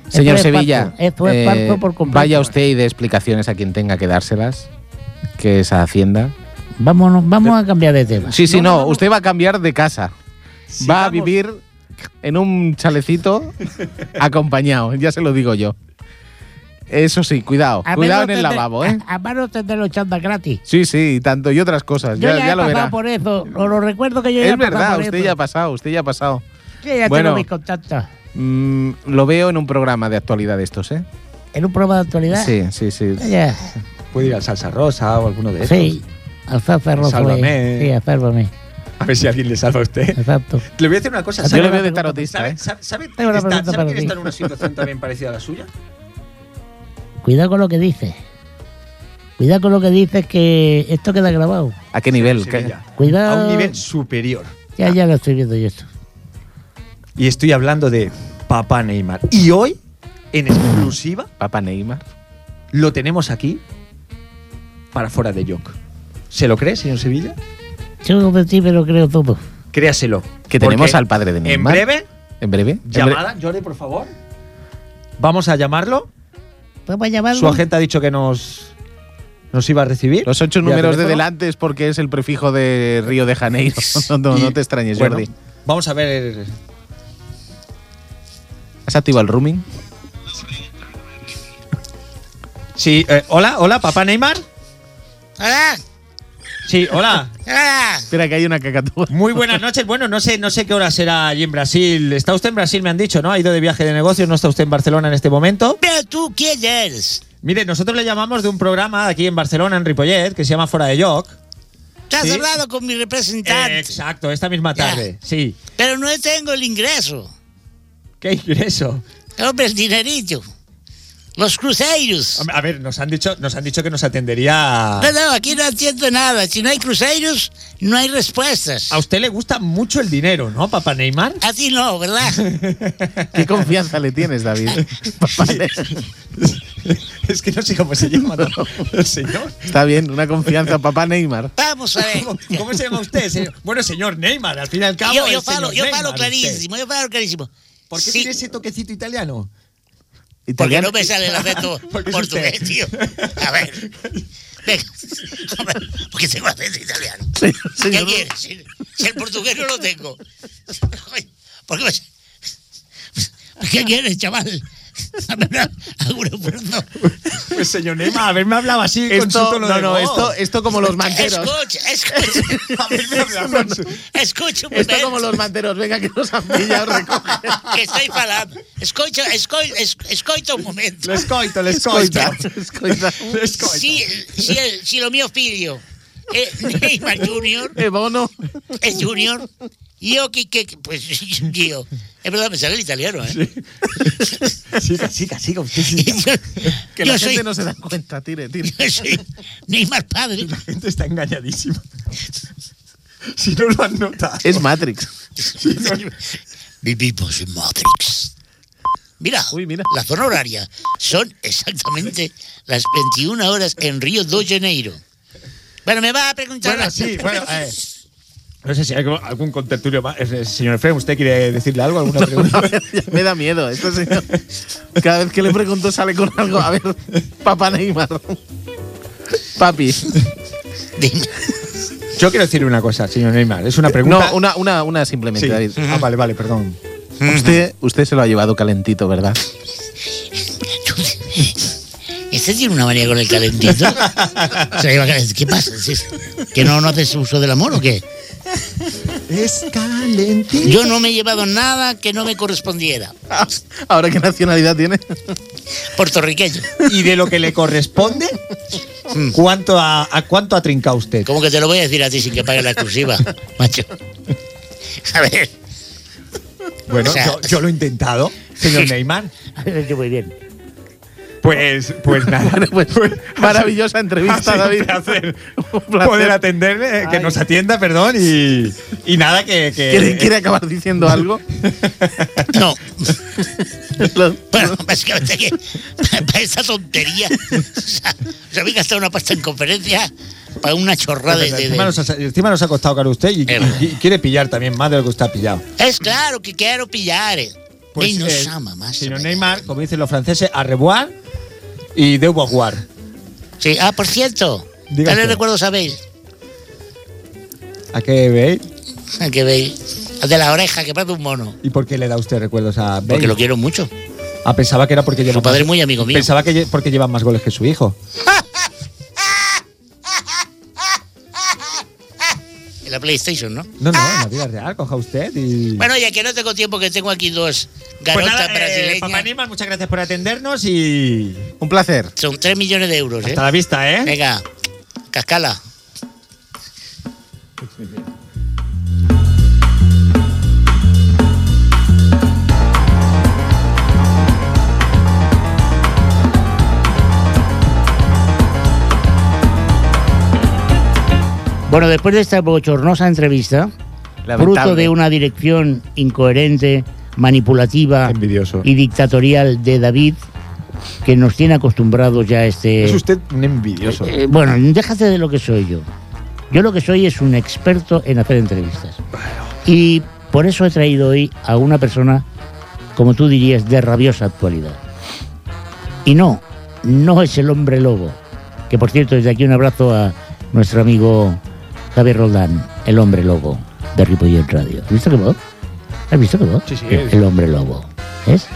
B: Esto
C: Señor
B: es
C: Sevilla, eh,
B: parto, esto es parto por completo.
C: vaya usted y dé explicaciones a quien tenga que dárselas, que es a Hacienda.
B: Vámonos, vamos a cambiar de
D: Pues
B: tema.
C: Sí, sí, no, usted va a cambiar de casa. va a
A: Sigamos.
C: vivir
D: *laughs*
C: en un chalecito acompañado, ya se lo digo yo. Eso sí, cuidado.
D: A
C: cuidado en
D: menos
C: el
D: tendré-
C: lavabo, ¿eh?
D: A, a menos tendré los chantas gratis.
C: Sí, sí, y tanto y otras cosas.
D: Yo
C: Ya,
D: ya,
C: ya
D: he
C: lo
D: pasado
C: verá.
D: por eso. Os lo recuerdo que yo ya
C: Es
D: he pasado
C: verdad,
D: por pues.
C: usted
D: eso.
C: ya ha pasado, usted ya ha pasado.
D: Yo ya
C: Bueno.
D: tengo mis contactos.
C: Mm, lo veo en un programa de actualidad de estos, ¿eh?
D: En un programa de actualidad.
C: Sí, sí, sí.
D: Ya.
A: Puede ir al Salsa Rosa o alguno de esos.
D: Sí. Alfalfa rojo.
A: pues. Sálvame.
D: eh. Sí, sálvame.
A: A ver si alguien le salva a
B: *laughs*
A: usted.
D: Exacto.
A: Le voy a decir una cosa.
C: Yo
A: ¿sabe-
C: le veo de
D: pregunta,
C: tarotista,
A: ¿Sabe,
C: ¿eh?
A: sabe- sabe-
D: Tengo una
A: está-
D: pregunta
A: sabe
D: para
A: quién
D: ti.
A: está en una situación también parecida a la suya?
D: Cuidado con lo que dices. Cuidado con lo que dices que esto queda grabado.
C: ¿eh? ¿A qué nivel?
A: Sí,
C: ¿Qué-
A: mira,
D: Cuidado.
A: A un nivel superior.
D: Ya, ya lo estoy viendo yo esto.
A: Y estoy hablando de Papá Neymar. Y hoy, en exclusiva,
C: Papá Neymar.
A: lo tenemos aquí para fuera de Jock. ¿Se lo cree, señor Sevilla?
D: Yo de ti me lo creo todo.
A: Créaselo.
C: Que tenemos
A: Porque
C: al padre de
A: En
C: Neymar.
A: breve,
C: En breve. en breve.
A: llamada, Jordi, por favor. Vamos a llamarlo.
D: ¿Podemos llamarlo?
A: Su agente ha dicho que nos, nos iba a recibir.
C: Los ocho
A: Vía
C: números de
A: teléfono.
C: delante es porque es el prefijo de Río de *laughs* Janeiro. No, no,
A: Y,
C: no te extrañes,
A: bueno,
C: Jordi.
A: Vamos a ver.
C: ¿Has activado el rooming?
A: Sí, eh, hola, hola, papá Neymar.
B: Hola,
A: Sí, hola.
B: hola.
C: Espera que hay una *laughs* cacatúa.
A: Muy buenas noches. Bueno, no sé, no sé qué hora será allí en Brasil. Está usted en Brasil, me han dicho, ¿no? Ha ido de viaje de negocios, no está usted en Barcelona en este momento.
B: Pero tú quién eres?
A: Mire, nosotros le llamamos de un programa aquí en Barcelona, en Ripollet, que se llama Fora de Joc.
B: Tú has
A: Sí. Eh,
B: hablado con mi representante,
A: exacto, esta misma tarde. Sí.
B: pero no tengo el ingreso.
A: ¿Qué ingreso?
B: Hombre, el dinerito. Los cruceros.
A: Hombre, A ver, nos han dicho, nos han dicho que nos atendería.
B: No, no, aquí no entiendo nada. Si no hay cruceros, no hay respuestas.
A: A usted le gusta mucho el dinero, ¿no, papá Neymar? *laughs*
B: A ti no, ¿verdad?
C: ¿Qué confianza le tienes, David? Papá Ne-
A: es que no sé cómo se llama ¿no? el señor.
C: Está bien, una confianza, papá Neymar.
B: Vamos a ver.
A: ¿Cómo, cómo se llama usted, señor? Bueno, señor Neymar, al fin y al cabo.
B: Yo,
A: es
B: yo falo,
A: señor
B: yo
A: Neymar,
B: falo
A: usted.
B: clarísimo, yo falo clarísimo.
A: ¿Por qué
B: Sí,
A: tiene ese toquecito italiano?
B: porque
C: Italiano-
B: no me sale
A: *laughs*
B: el acento
A: Porque es
B: portugués,
A: usted.
B: tío. A ver. Venga,
A: *laughs*
B: joder, porque tengo acento italiano.
C: *laughs* Sí,
B: ¿Qué
C: señor.
B: quieres? Si, si el portugués no lo tengo. Oye, ¿Por qué me- ¿Qué quieres, chaval? *laughs* Dame una- algún esfuerzo.
A: Pues señor Neymar, haberme hablado así con su
C: Esto,
A: tono
C: no,
A: de
C: no,
A: voz. *laughs*
C: esto, esto como
B: *laughs*
C: los manteros.
B: Escucha, escucha.
A: Haberme hablado con su-
B: Escucha un
C: Esto
B: momento.
C: como los manteros. Venga, que nos han pillado, recoge.
B: *laughs* Que estoy falando. Escucha, escoita, escoita un momento.
A: L'escoito, l'escoito.
C: Escoita, escoita.
A: L'escoito.
B: Si, si, el- si lo mío filio eh, *laughs* Neymar Junior
C: Eh, bono.
B: es Junior. Yo que, que pues *laughs* yo. Es verdad, me sale el italiano, ¿eh?
A: Siga, siga, siga. Usted siga.
B: *laughs* Yo,
C: Que la
B: yo
C: gente
B: soy,
C: no se da cuenta. Tire, tire.
B: *laughs* yo soy Neymar padre.
A: La gente está engañadísima. *laughs* Si no lo han notado.
C: Es Matrix.
B: *laughs* Vivimos en Matrix. Mira,
C: Uy, mira.
B: la zona horaria son exactamente las 21 horas en Río de Janeiro. Bueno, me va a preguntar.
A: Bueno, sí, bueno, eh, No sé si hay algo- algún contertulio más. Eh, Señor Efraín, ¿usted quiere decirle algo? ¿Alguna pregunta?
C: Me da miedo. Este señor. Cada vez que le pregunto sale con algo. A ver, papá Neymar. Papi.
B: Dime.
A: Yo quiero decirle una cosa, señor Neymar. Es una pregunta.
C: No, una, una, una simplemente,
A: Sí.
C: David.
A: Ah, vale, vale, perdón.
C: Usted, usted se lo ha llevado
A: *laughs*
C: calentito, ¿verdad?
B: Este tiene una manía con el calentito. Se lleva calentito. ¿Qué pasa? ¿Sí? ¿Que no, no haces uso del amor o qué?
A: Es calentito.
B: Yo no me he llevado nada que no me correspondiera.
C: Ahora, ¿qué nacionalidad tiene?
B: Puertorriqueño.
A: Y de lo que le corresponde, ¿cuánto ha, a cuánto ha trincado usted?
B: ¿Cómo que te lo voy a decir a ti sin que pague la exclusiva, macho? A ver.
A: Bueno,
B: O sea-
A: yo, yo lo he intentado, señor Neymar.
D: Has hecho muy bien.
A: Pues, pues nada.
C: Bueno, pues, maravillosa
A: Ha sido
C: entrevista,
A: un
C: David.
A: placer.
C: *laughs* Un placer.
A: Poder atenderle, eh, que
D: Ay.
A: nos atienda, perdón, y, y nada, que. que-
C: ¿Quiere, quiere acabar
A: *laughs*
C: diciendo algo?
B: No. *laughs*
C: Lo-
B: Bueno, básicamente que *laughs* para, esta tontería. *laughs* O sea, se había gastado una pasta en conferencia para una chorrada de. de- de-
A: Encima nos, ha, encima nos ha costado caro usted y, y- y quiere pillar también más de lo que usted ha pillado.
B: Es claro que quiero pillar. eh.
A: Pues,
B: y no
A: eh,
B: sama más.
A: Señor Neymar, como dicen los franceses, a revoir y de jugar.
B: Sí, ah, por cierto.
A: Diga
B: Tal
A: usted.
B: recuerdo sabéis. *laughs*
A: ¿A qué veis?
B: Ah, Que veis. De la oreja que parece un mono.
A: ¿Y por qué le da usted recuerdos a Bale?
B: Porque lo quiero mucho.
A: Ah, pensaba que era porque lleva
E: Su padre
A: más-
E: es muy amigo mío.
A: Pensaba que lle- porque llevan más goles que su hijo.
E: En la PlayStation, ¿no?
A: No, no, en la vida real, coja usted y.
E: Bueno, ya que no tengo tiempo, que tengo aquí dos garotas brasileñas.
A: Pues eh, Papá Niman, muchas gracias por atendernos y.
C: Un placer.
E: Son 3 millones de euros, ¿eh?
A: Hasta la vista, ¿eh?
E: Venga, cascala.
B: Bueno, después de esta bochornosa entrevista, fruto de una dirección incoherente, manipulativa
A: Envidioso.
B: y dictatorial de David, que nos tiene acostumbrados ya a este...
A: Es usted un envidioso.
B: Eh, bueno, déjate de lo que soy yo. Yo lo que soy es un experto en hacer entrevistas. Y por eso he traído hoy a una persona, como tú dirías, de rabiosa actualidad. Y no, no es el hombre lobo. Que por cierto, desde aquí un abrazo a nuestro amigo Javier Roldán, el hombre lobo de Ripollón Radio. ¿Has visto qué voz? ¿Has visto qué voz? Eh,
A: Sí, sí,
B: el, el hombre lobo. ¿Es?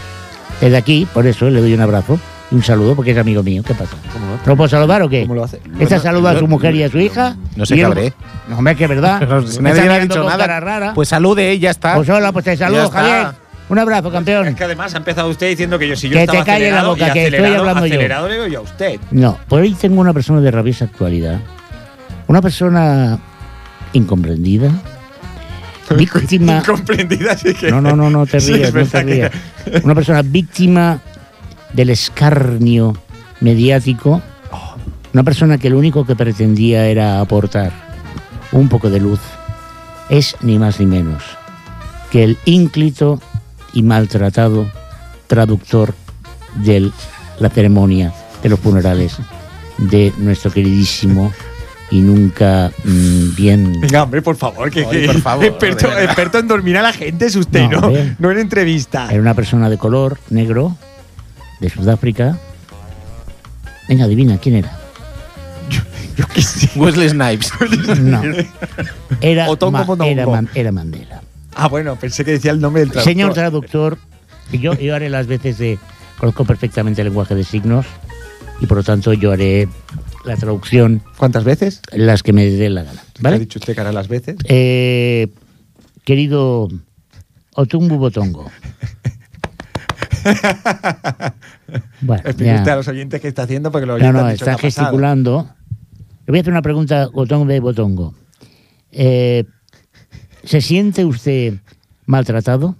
B: Desde aquí, por eso le doy un abrazo y un saludo porque es amigo mío. ¿Qué pasa?
A: ¿Cómo lo-
B: ¿No puedo saludar o qué?
A: ¿Cómo lo hace?
B: Esta saluda a su mujer y a su hija.
C: no se
B: y él-
C: cabré.
B: No, hombre, que es verdad. Me está
C: Nadie le ha
B: mirando
C: dicho
B: con cara
C: nada.
B: rara. Pues,
C: Pues salude, ya está.
B: hola, pues te
C: Ya
B: saludo,
C: está.
B: Javier. Un abrazo,
A: Es
B: campeón.
A: que además ha empezado usted diciendo que yo si yo
B: Que
A: estaba
B: te calle la
A: acelerado
B: boca,
A: y
B: que estoy
A: acelerado,
B: hablando yo.
A: acelerado le doy a usted.
B: No, por hoy tengo una persona de rabiosa actualidad. Una persona incomprendida. Víctima.
A: Incomprendida, así que.
B: No, no, no, no
A: *laughs*
B: te
A: Sí,
B: rías,
A: es
B: no te
A: verdad que-
B: rías. Una persona víctima del escarnio mediático. Una persona que lo único que pretendía era aportar un poco de luz. Es ni más ni menos que el ínclito y maltratado traductor de la ceremonia de los funerales de nuestro queridísimo y nunca mm, bien
A: Venga, hombre, por favor, *laughs* que,
C: Oye,
A: que-
C: por favor,
A: experto,
C: de verdad.
A: experto en dormir a la gente es usted,
B: No, Eh,
A: ¿no?
B: hombre.
A: No, en entrevista.
B: Era una persona de color negro, de Sudáfrica. Venga, adivina, ¿quién era?
A: Yo qué sé. *laughs*
C: Wesley Snipes.
B: No. Era,
A: Otongo
B: Ma-
A: Mondongo.
B: era, Man- era Mandela.
A: Ah, bueno, pensé que decía el nombre del traductor.
B: Señor traductor, yo, yo haré las veces de... Conozco perfectamente el lenguaje de signos y por lo tanto yo haré la traducción
A: ¿Cuántas veces?
B: las que me dé la gana.
A: Ha
B: ¿Vale?
A: dicho usted cara las veces.
B: Eh, querido Otumbu Botongo. Bueno,
A: Explique
B: ya.
A: usted a los oyentes qué está haciendo porque los
B: No,
A: oyentes
B: no,
A: han dicho
B: está
A: que ha pasado.
B: gesticulando. Le voy a hacer una pregunta, Botongo de Botongo. Eh, ¿Se siente usted maltratado?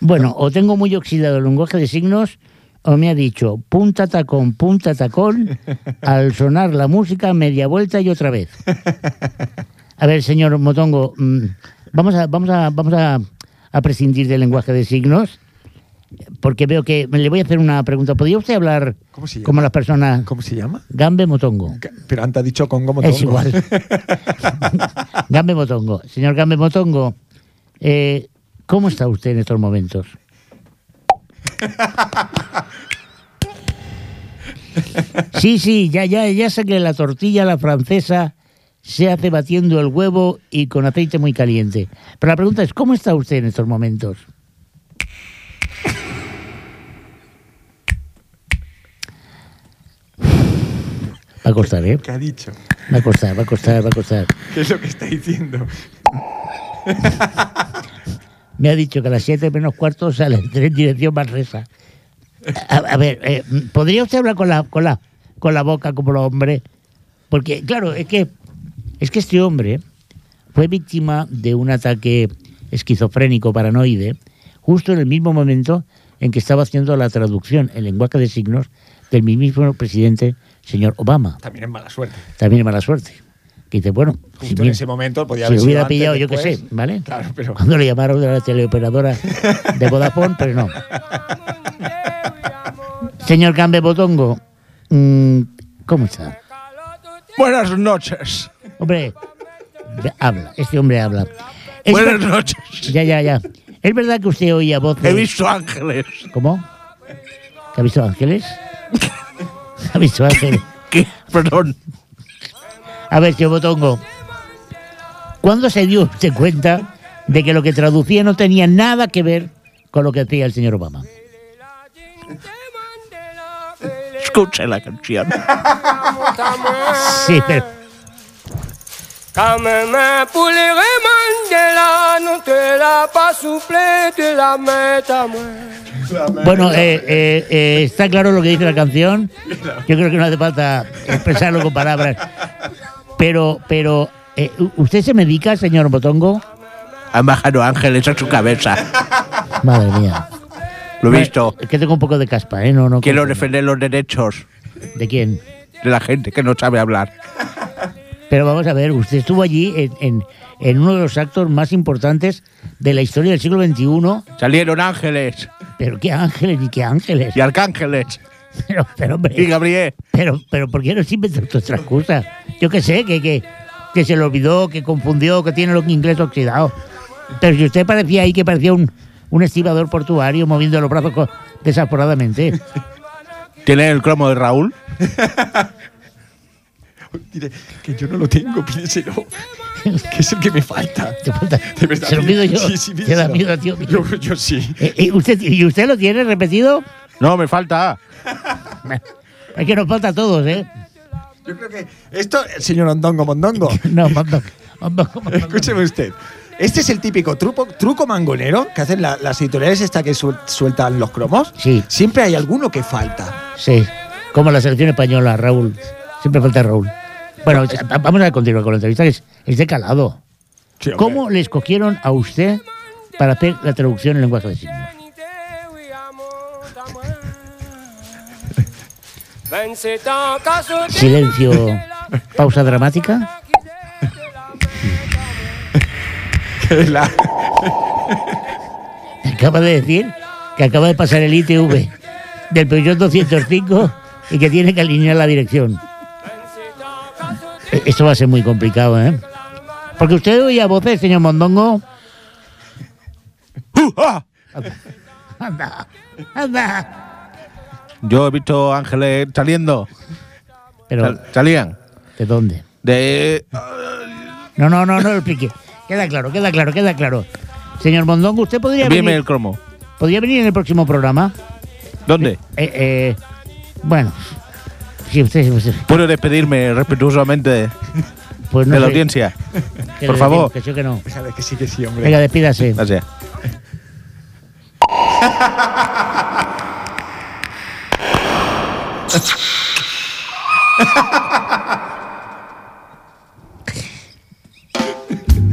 B: Bueno, o tengo muy oxidado el lenguaje de signos, o me ha dicho punta tacón, punta tacón, al sonar la música, media vuelta y otra vez. A ver, señor Motongo, mm, vamos a, vamos a, vamos a, a prescindir del lenguaje de signos, porque veo que le voy a hacer una pregunta. ¿Podría usted hablar
A: ¿Cómo se llama?
B: como las personas
A: ¿Cómo se llama?
B: Gambe Motongo?
A: Pero antes ha dicho Congo Motongo.
B: Es igual. Gambe Motongo. Señor Gambe Motongo, eh, ¿cómo está usted en estos momentos? Sí, sí, ya, ya, ya sé que la tortilla a la francesa se hace batiendo el huevo y con aceite muy caliente. Pero la pregunta es, ¿cómo está usted en estos momentos? Va a costar, ¿eh?
A: ¿Qué ha dicho?
B: Va a costar, va a costar, va a costar.
A: ¿Qué es lo que está diciendo?
B: Me ha dicho que a las 7 menos cuarto sale el tren dirección Manresa. A, a ver, eh, ¿podría usted hablar con la, con la, con la boca como los hombres? Porque, claro, es que, es que este hombre fue víctima de un ataque esquizofrénico paranoide justo en el mismo momento en que estaba haciendo la traducción en lenguaje de signos del mismo presidente, señor Obama.
A: También es mala suerte.
B: También mala suerte. Que dice, bueno,
A: Justo
B: si
A: en
B: mira-
A: ese momento podía
B: si
A: haber
B: lo
A: sido
B: hubiera
A: antes,
B: pillado, yo qué
A: después.
B: sé, ¿vale?
A: Claro, pero
B: Cuando le llamaron de la teleoperadora de Vodafone,
A: *laughs*
B: pero no. Señor Gambe Botongo, mm, ¿cómo está?
C: Buenas noches.
B: Hombre, habla, este hombre habla. Es
C: Buenas
B: ver-
C: noches.
B: Ya, ya, ya. ¿Es verdad que usted oía voces?
C: He visto ángeles.
B: ¿Cómo? ¿Que ha visto ángeles? *laughs* ¿Ha visto ángeles?
C: ¿Qué? Perdón.
B: A ver, señor Botongo, ¿Cuándo se dio usted cuenta de que lo que traducía no tenía nada que ver con lo que hacía el señor Obama?
C: Escuche la canción.
B: Sí, pero
F: Ta main main pour les Mandela, non te la pas soufflé, te la mets à moi.
B: bueno, eh, eh, eh, está claro lo que dice la canción. Yo creo que no hace falta expresarlo con palabras. Pero, pero, eh, ¿usted se medica, señor Botongo?
C: Han bajado ángeles a su cabeza.
B: Madre mía.
C: Lo he visto.
B: Es que tengo un poco de caspa, ¿eh? No, no.
C: Quiero defender los derechos
B: ¿De quién?
C: de la gente que no sabe hablar.
B: Pero vamos a ver, usted estuvo allí en, en- en uno de los actos más importantes de la historia del siglo XXI.
C: Salieron ángeles
B: Pero qué ángeles ni qué ángeles.
C: y arcángeles
B: *laughs* Pero, pero, hombre,
C: y Gabriel.
B: pero, pero, ¿por qué no se inventan todas estas cosas? Yo qué sé, que, que, que se le olvidó, que confundió, que tiene los inglés oxidados. Pero si usted parecía ahí que parecía un, un estibador portuario moviendo los brazos co- desaforadamente. *laughs*
C: ¿Tiene el cromo de Raúl?
G: Diré, que yo no lo tengo, pídeselo. que es el que me falta.
B: *laughs* Te falta-
G: De verdad,
B: se lo pido yo.
G: sí, sí,
B: Te da
G: pídeselo.
B: miedo, tío.
G: Yo, yo sí.
B: Eh, eh, usted, ¿Y usted lo tiene repetido?
C: No, me falta.
B: Es que nos falta a todos, ¿eh? *laughs*
G: Yo creo que esto, señor
B: *laughs*
G: Ondongo Mondongo,
B: No, mando- mando- mando-
G: escúcheme usted. Este es el típico truco, truco mangonero que hacen la- las editoriales esta que suel- sueltan los cromos.
B: Sí.
G: Siempre hay alguno que falta.
B: Sí, como la selección española, Raúl. Siempre falta Raúl. Bueno, va- vamos a continuar con la entrevista, que es, es de calado. *laughs* ¿Cómo le escogieron a usted para hacer la traducción en lenguaje de signos? Silencio, pausa dramática.
G: La-
B: Acaba de decir que acaba de pasar el ITV del Peugeot 205 y que tiene que alinear la dirección. E- Esto va a ser muy complicado, ¿eh? Porque usted oía voces, señor Mondongo.
C: ¡Uh, ah!
B: Anda, anda.
C: Yo he visto ángeles saliendo.
B: Pero,
C: Sal- salían.
B: ¿de dónde?
C: De.
B: No, no, no, no lo explique. Queda claro, queda claro, queda claro. Señor Mondongo, usted podría
C: Dime el
B: venir,
C: cromo.
B: podría venir en el próximo programa.
C: ¿Dónde?
B: Eh, eh, bueno, si usted, usted-
C: ¿Puedo despedirme respetuosamente
B: pues no
C: de la
B: sé,
C: audiencia?
B: que
C: por
B: le decimos
C: favor.
B: Que sí o que no.
G: Déjale que sí, que sí, hombre.
B: Venga, despídase.
C: Gracias.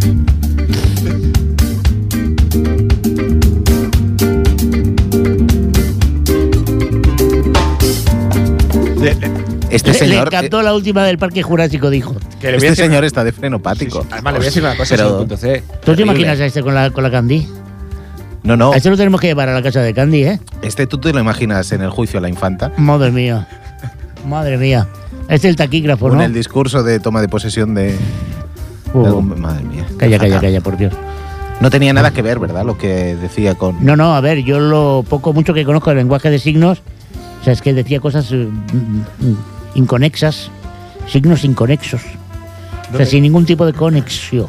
C: Este
B: Le, le
C: Este señor, eh,
B: encantó la última del Parque Jurásico, dijo.
A: Que le voy a
C: este
A: decir-
C: señor está de frenopático.
A: Además, le voy a decir una cosa,
C: Pero-
A: señor punto C.
B: ¿Tú te
C: Terrible. Oh.
B: imaginas a este con la, con la Candy?
C: No, no.
B: A este lo tenemos que llevar a la casa de Candy, ¿eh?
C: Este tú te lo imaginas en el juicio a la infanta.
B: Madre mía. Madre mía. Este es el taquígrafo,
C: Con
B: ¿no?
C: Pues el discurso de toma de posesión de.
B: Uh,
C: de algún- madre mía.
B: calla, Ah. calla,
C: Fatal.
B: calla, por Dios.
C: No tenía nada que ver, ¿verdad? Lo que decía con.
B: No, no, a ver, yo lo poco mucho que conozco del lenguaje de signos, o sea, es que decía cosas eh, mm, mm, inconexas, signos inconexos, o sea, sin ningún tipo de conexión.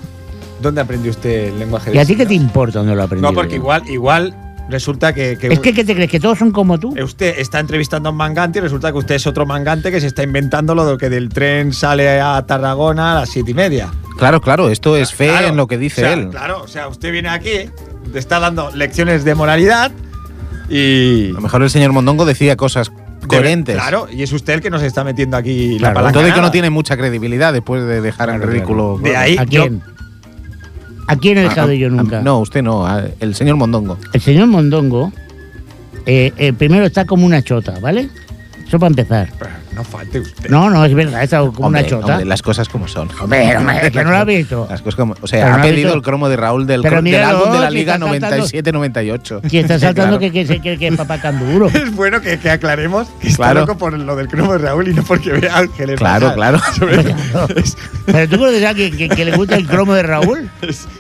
G: ¿Dónde aprendió usted el lenguaje de
B: ¿Y a ti qué te
G: signos?
B: importa dónde lo aprendí?
A: No, porque igual, igual resulta que. que
B: Es que ¿qué te crees que todos son como tú.
A: Usted está entrevistando a un mangante y resulta que usted es otro mangante que se está inventando lo de que del tren sale a Tarragona a las siete y media.
C: Claro, claro, esto es fe
A: Claro,
C: en lo que dice
A: o sea,
C: él.
A: Claro, o sea, usted viene aquí, te está dando lecciones de moralidad y.
C: A lo mejor el señor Mondongo decía cosas coherentes.
A: Claro, y es usted el que nos está metiendo aquí la
B: Claro.
A: palanca.
C: Todo y que no tiene mucha credibilidad después de dejar en ridículo.
A: De ahí,
B: ¿A
A: yo-
B: quién? ¿A quién he
C: Ah,
B: dejado
C: ah,
B: yo nunca?
C: ah, No, usted no, ah, el señor Mondongo.
B: El señor Mondongo, eh, eh, primero está como una chota, ¿vale? Eso para empezar.
A: no falte usted. *laughs*
B: No, no, es verdad, está como
C: Hombre,
B: una chota.
C: hombre, las cosas como son. *laughs*
B: Hombre, hombre, que no lo ha visto.
C: Las cosas como, o
B: Pero
C: sea,
B: no
C: ha
B: ha
C: pedido
B: visto-
C: el cromo de Raúl del,
B: Pero
C: cro- del
B: míralo,
C: álbum de la
B: si
C: Liga
B: está saltando-
C: 97-98.
B: Si está saltando
C: *laughs* Claro.
B: que, que, se cree que es papá canduro.
A: Es bueno que, que aclaremos que está
C: Claro.
A: loco por lo del cromo de Raúl y no porque vea ángeles. pasar.
C: Claro, claro.
B: Pues
A: Es-
B: Pero tú conoces a alguien que, que le gusta el cromo de Raúl.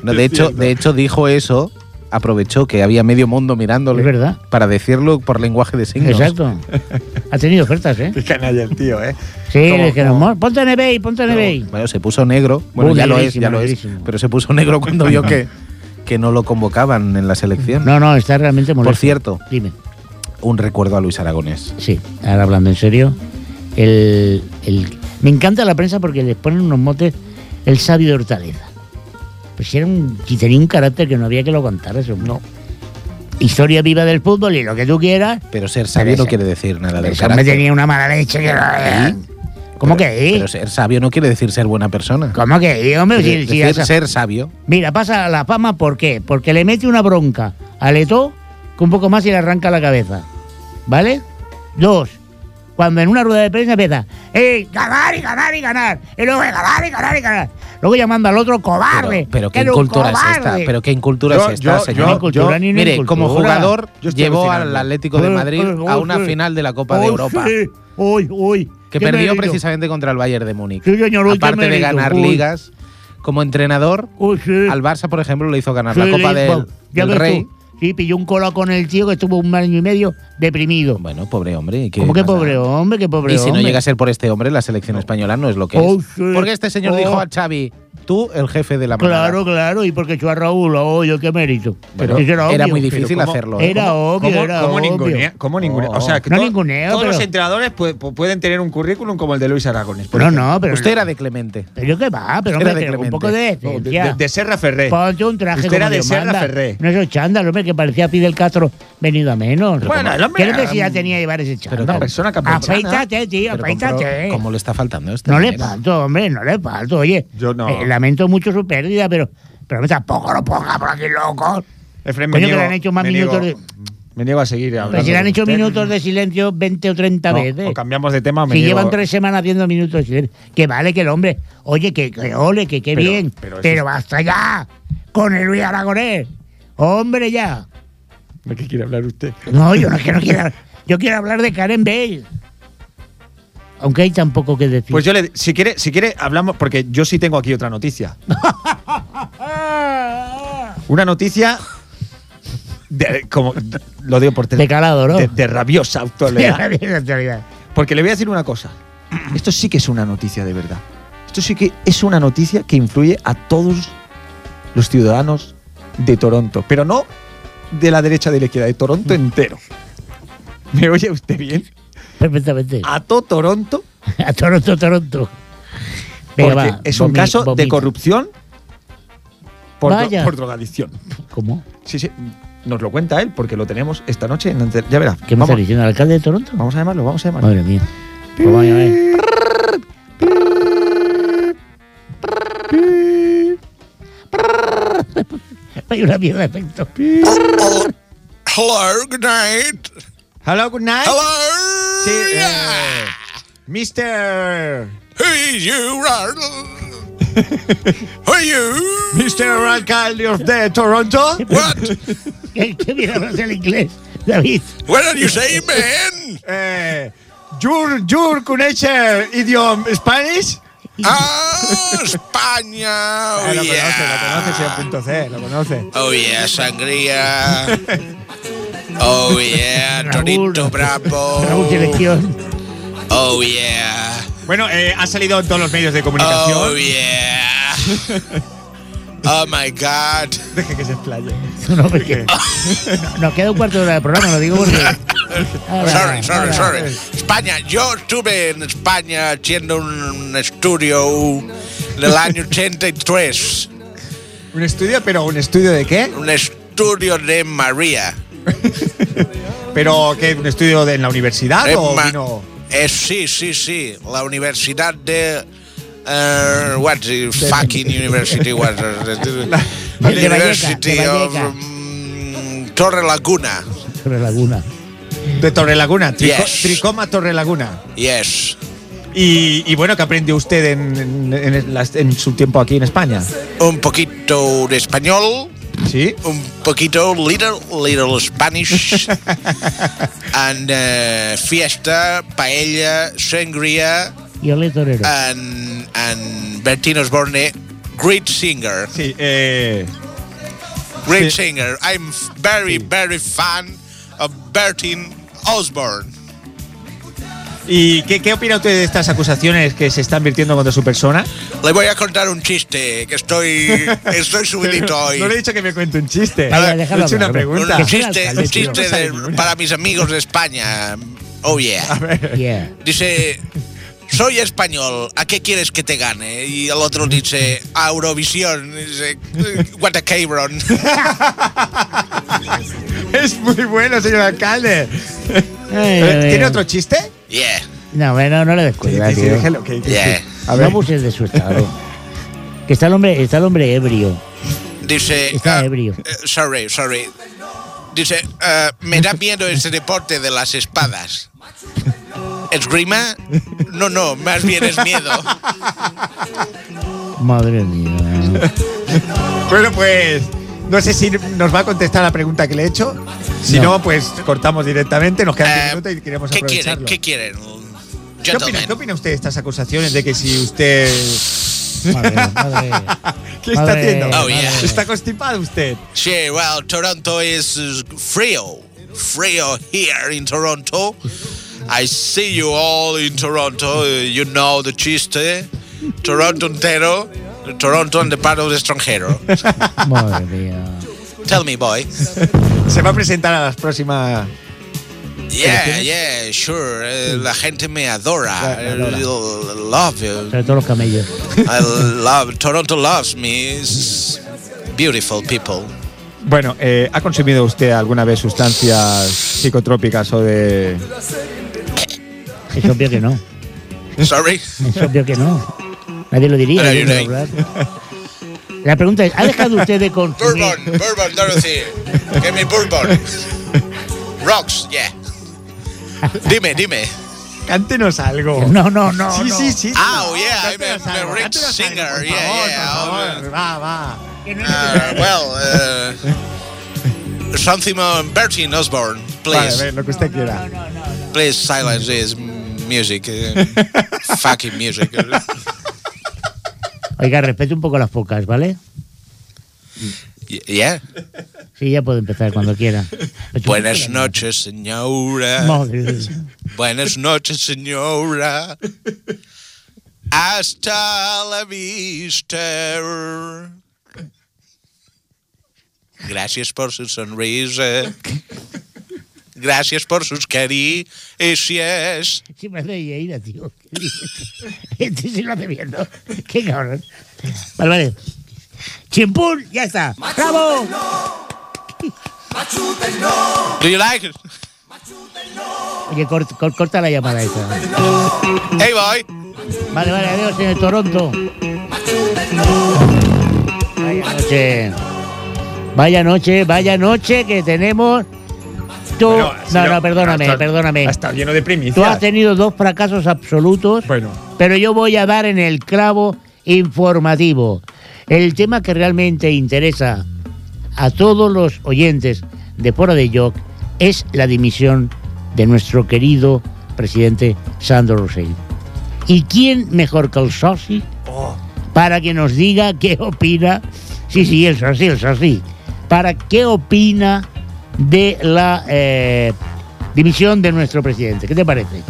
C: No, de, hecho,
A: cierto.
C: de hecho, dijo eso aprovechó que había medio mundo mirándole
B: Es verdad.
C: para decirlo por lenguaje de signos.
B: Exacto. Ha tenido ofertas, ¿eh?
G: Qué canalla el tío, ¿eh?
B: Sí,
G: ¿Cómo,
B: es que
G: cómo?
B: no. Ponte Nebey, ponte Nebey.
C: Bueno, se puso negro. Bueno,
B: Uh,
C: ya lo es,
B: negrísimo,
C: ya lo es.
B: negrísimo.
C: Pero se puso negro cuando
B: *laughs*
C: vio que, que no lo convocaban en la selección.
B: No, no, está realmente molesto.
C: Por cierto,
B: Dime.
C: un recuerdo a Luis Aragonés.
B: Sí, ahora hablando en serio. El, el- me encanta la prensa porque les ponen unos motes el sabio de Hortaleza. Pues era un, y tenía un carácter que no había que lo aguantar eso. No. Historia viva del fútbol y lo que tú quieras.
C: Pero ser sabio
B: Pero
C: no
B: ese-
C: quiere decir nada del
B: Eso me
C: carácter.
B: tenía una mala leche. Que ¿Cómo
C: Pero-
B: que
C: Pero
B: sí?
C: ser sabio no quiere decir ser buena persona.
B: ¿Cómo que sí, hombre?
C: Quiere
B: Si- si
C: decir
B: esa-
C: ser sabio.
B: Mira, pasa a la fama, ¿por qué? Porque le mete una bronca a Leto que un poco más y le arranca la cabeza. ¿Vale? Dos, cuando en una rueda de prensa empieza, ¡eh! Ganar y ganar y ganar. Y luego, eh, ganar y ganar y ganar. Luego llamando al otro cobarde.
C: Pero, pero
B: que
C: qué
B: era un
C: incultura es esta.
B: cobarde.
C: Pero qué incultura
G: Yo-
C: es esta,
G: yo-
C: señor.
B: Ni cultura ni no
C: Mire,
B: incultura.
C: como jugador
G: Yo estoy
C: llevó al
G: alucinando.
C: Atlético de
B: Pero-
C: Madrid
B: pero-
C: a una
B: sí.
C: final de la Copa de
B: Hoy
C: Europa.
B: sí, Hoy, hoy.
C: Que
B: ¿Qué me
C: perdió
B: digo?
C: precisamente contra el Bayern de Múnich.
B: Sí, señor, hoy, ¿qué
C: Aparte de
B: mérito?
C: ganar
B: Hoy.
C: ligas, como entrenador,
B: Hoy sí.
C: al Barça, por ejemplo, le hizo ganar
B: Sí,
C: la Copa
B: le-
C: del,
B: ya ves
C: del
B: tú.
C: Rey.
B: Sí, pilló un cola con el tío que estuvo un año y medio deprimido.
C: Bueno, pobre hombre. ¿qué
B: ¿Cómo que
C: pasa?
B: pobre hombre? ¿Qué pobre
C: Y si no
B: hombre?
C: llega a ser por este hombre, la selección española no es lo que
B: Oh,
C: es.
B: sí.
C: Porque este señor
B: Oh.
C: dijo a Xavi, tú el jefe de la manada.
B: Claro, claro, y porque echó a Raúl, oh, yo qué mérito.
C: Bueno,
B: Eso
C: era
B: obvio.
C: muy difícil
G: Pero ¿cómo-
C: hacerlo. ¿eh?
B: Era obvio,
G: ¿Cómo,
B: era
G: cómo
B: obvio.
G: ningunea- cómo ningunea- O sea, que
B: No
G: to-
B: ninguneo,
G: todos
B: pero-
G: los entrenadores pu- pu- pueden tener un currículum como el de Luis Aragones. por
B: No,
G: ejemplo.
B: no, pero.
C: Usted era de Clemente.
B: Pero qué va, pero
C: Usted
B: hombre,
C: era de
B: pero un
C: Clemente.
B: poco de
G: No, de,
B: decencia.
G: de- de Serra Ferré.
B: Ponte Pues un traje
G: Usted era
B: como
G: de
B: Dios
G: Serra
B: manda.
G: Ferré.
B: No esos chándal, hombre, que parecía Fidel Castro venido a menos.
G: Bueno, el hombre
B: ¿Qué
G: era
B: necesidad
G: un-
B: tenía de llevar ese
C: pero
B: chándal?
C: una
G: persona campechana.
B: Afeítate, tío,
C: Pero compro-
B: afeítate.
C: ¿Cómo le está faltando este esto?
B: No le falto, hombre, no le falto. Oye,
G: Yo no.
B: eh, lamento mucho su pérdida, pero, pero tampoco lo ponga por aquí loco.
G: Efraín,
B: Coño, que le han hecho más
G: me
B: minutos
G: niego-
B: de-
G: Me niego a seguir hablando.
B: Pues si le han
G: con
B: hecho
G: usted.
B: minutos de silencio 20 o 30
G: No,
B: veces.
G: O cambiamos de tema, me
B: Si
G: niego-
B: llevan tres semanas haciendo minutos de silencio. Que vale que el hombre. Oye, que, que ole, que qué
G: Pero-
B: bien.
G: pero
B: Pero,
G: eso
B: basta ya con el Luis Aragonés. Hombre, ya.
G: ¿De qué quiere hablar usted?
B: No, yo no quiero, quiero Yo quiero hablar de Karen Bell. Aunque hay tampoco que decir.
G: Pues yo le. Si quiere, si quiere, hablamos. Porque yo sí tengo aquí otra noticia.
B: Ah,
G: Una noticia. De, como, lo digo por
B: De calado, ¿no? *laughs*
G: de- de rabiosa *laughs* actualidad.
B: En realidad.
G: Porque le voy a decir una cosa. *clears throat* Esto sí que es una noticia de verdad. Esto sí que es una noticia que influye a todos los ciudadanos de Toronto. Pero no de la derecha de la izquierda, de
B: Mm.
G: Toronto entero. ¿Me oye usted bien?
B: Perfectamente.
G: A todo Toronto.
B: A Toronto, Toronto.
G: Porque
B: Venga, va,
G: es un
B: vomi-
G: caso de
B: vomita.
G: corrupción por, dro-
B: Vaya.
G: por drogadicción.
B: ¿Cómo?
G: Sí, sí. Nos lo cuenta él porque lo tenemos esta noche. en ante- Ya verás.
B: ¿Qué me está
G: vamos,
B: diciendo el alcalde de Toronto?
G: vamos a llamarlo, vamos a llamarlo.
B: Madre mía. Pues vamos a ver. *laughs* Hay una mierda de efecto.
H: Hello, good night.
G: Hello, good night.
H: Hello.
G: Sí, eh, Mr.
H: Who is you, Ronald?
B: *laughs*
H: Who are you?
G: Mr. Alcalde of the Toronto.
H: What?
B: ¿Qué, qué mierda no sé el inglés, David?
H: What did
B: *laughs*
H: you say, man?
G: Eh, your your connection idiom Spanish.
H: Ah, España.
G: Eh,
H: Oh,
G: lo conoce, lo
H: yeah.
G: conoce, señor punto C, lo conoce.
H: Oh, yeah, sangría.
B: *laughs*
H: Oh, yeah,
B: Raúl.
H: Torito
B: Raúl
H: Bravo.
B: Selección.
H: Oh, yeah.
G: Bueno, eh, ha salido en todos los medios de
H: Oh,
G: comunicación.
H: yeah.
B: *laughs*
H: Oh, my God.
G: Deje que se explaye.
B: No, porque- Nos queda un cuarto de hora de programa, lo digo
A: *laughs*
B: porque. Ah, Ahora,
H: Sorry, sorry,
B: ahora.
H: sorry. España, yo estuve en España haciendo un estudio del año 83.
G: Un estudio, pero ¿un estudio de qué?
H: Un estudio de María.
G: ¿Pero qué? ¿Un estudio de, en la universidad
H: Es
G: o
H: ma-
G: Ah, vino?
H: Eh, sí, sí, sí. La Universidad de. eh, what's the fucking university? was it?
B: de
H: University
B: Valleca, de
H: of
B: Valleca.
H: mm, Torre Laguna.
B: Sobre Laguna.
G: De Torrelaguna, Trico-
H: Yes.
G: Tricoma Torrelaguna.
H: Yes.
G: Y, y bueno, ¿qué aprendió usted en, en- en las- en su tiempo aquí en España?
H: Un poquito de español.
G: Sí.
H: un poquito little little
A: *laughs*
H: Spanish and uh, fiesta, paella, sangria
B: Y Ole Torero.
A: Ah.
H: and and Bertino Osborne, great singer.
G: Sí, eh,
H: Great singer. I'm f- very, very fan of Bertin Osborne.
A: ¿Y qué, qué opina usted de estas acusaciones que se están virtiendo contra su persona?
H: Le voy a contar un chiste que estoy,
A: *laughs*
H: estoy
G: *laughs*
H: subidito hoy.
A: No le he dicho que me cuente un chiste.
B: Vaya,
A: le he
B: déjalo
A: hecho
B: hablar,
A: una
B: hombre.
A: pregunta.
H: Un
B: Que sea
H: chiste,
B: alcalde,
H: un
B: tío,
H: chiste
A: no sabe
H: de-
A: ninguna.
H: para mis amigos de España. Oh yeah.
B: Yeah.
H: Dice, soy español, ¿a qué quieres que te gane? Y el otro dice, a Eurovisión. Y Dice, "Eh, what a cabron. *laughs*
A: Es muy bueno, señor alcalde.
B: Ay,
A: Eh,
B: Dios
A: ¿Tiene
B: mío.
A: otro chiste?
H: Yeah,
B: No, no, no le des cuerda,
A: Sí, sí,
B: tío.
A: déjelo, que- que-
H: yeah.
A: A
B: No
A: ver.
B: abuses de su estado. que está el hombre, está el hombre ebrio.
A: *laughs*
H: Dice,
B: Está
H: "Ah,
B: ebrio.
H: eh, sorry, sorry. Dice, "Ah, me da miedo ese deporte de las espadas. ¿Esgrima? No, no, más bien es miedo.
B: Madre mía.
A: Bueno, pues no sé si nos va a contestar la pregunta que le he hecho. Si no,
B: No.
A: pues cortamos directamente, nos quedan 10
H: Ah,
A: minutos y queremos
H: ¿Qué quieren?
A: aprovecharlo.
H: ¿Qué quieren?
A: ¿Qué opina,
H: Gentlemen.
A: ¿Qué opina usted de estas acusaciones de que si usted.
B: Madre, madre.
A: ¿Qué está
B: Madre,
A: haciendo?
H: Oh, yeah.
A: ¿Está constipado usted?
H: Sí, well, Toronto is uh, frio. Frio here in Toronto. I see you all in Toronto. Uh, You know the chiste. Toronto entero. Toronto and the part of the extranjero.
B: Madre mía.
H: Tell me, boy.
A: Se va a presentar a las próximas.
H: Yeah, yeah, sure. Uh, la gente me adora. I love you.
B: Sobre todo los camellos.
H: I love Toronto loves me. It's beautiful people.
A: Bueno, eh, ¿ha consumido usted alguna vez sustancias psicotrópicas o de.
B: Es obvio que no.
H: Sorry.
B: Es obvio que no. Nadie lo diría.
H: Pero hay
B: nadie
H: una
B: lo hablar. La pregunta es, ¿ha dejado usted de consumir?
A: Mm-hmm.
H: Bourbon, bourbon, Dorothy. Give me bourbon. Rocks, yeah. Dime, dime.
A: Cántenos algo.
B: No, no, no.
A: sí,
B: no.
A: sí, sí.
H: Oh, yeah, I'm
A: Cántenos
H: a- I'm
A: algo,
H: a rich
A: cántenos algo,
H: singer.
A: por
H: Yeah,
A: favor,
H: yeah.
A: por favor. Va, va.
B: Que no-
H: Uh, well, uh, something on Bertie Osborne,
A: Vale,
H: please.
A: a ver, lo que usted quiera.
B: no, no, no.
H: Please silence this
A: *laughs*
H: music. uh, fucking music.
B: Oiga, respete un poco las pocas, ¿vale?
H: Y- Yeah.
B: Sí, ya puede empezar cuando quiera.
H: Buenas noches, señora.
B: Madre mía.
H: Buenas noches, señora. Hasta la vista. Gracias por su sonrisa. Gracias por sus caricias.
B: Sí, me hace ira, tío. Este sí lo hace bien, ¿no? Qué cabrón. Vale, vale. Chimpún, ya está. ¡Bravo!
H: Do you like it?
B: Oye, cort- cor- corta, la llamada esa.
H: Hey, boy.
B: Vale, vale, adiós en el Toronto. Vaya noche. Vaya noche, vaya noche que tenemos. Tú.
A: Bueno,
B: no,
A: señor,
B: no, perdóname,
A: hasta-
B: perdóname.
A: Ha estado lleno de
B: Tú has
A: primicias.
B: tenido dos fracasos absolutos.
A: Bueno.
B: Pero yo voy a dar en el clavo informativo. El tema que realmente interesa a todos los oyentes de Fora de Joc es la dimisión de nuestro querido presidente Sandro Rosell. ¿Y quién mejor que el Sosi para que nos diga qué opina? Sí, sí, el Sosi, el Sosi. ¿Para qué opina de la eh, dimisión de nuestro presidente? ¿Qué te parece?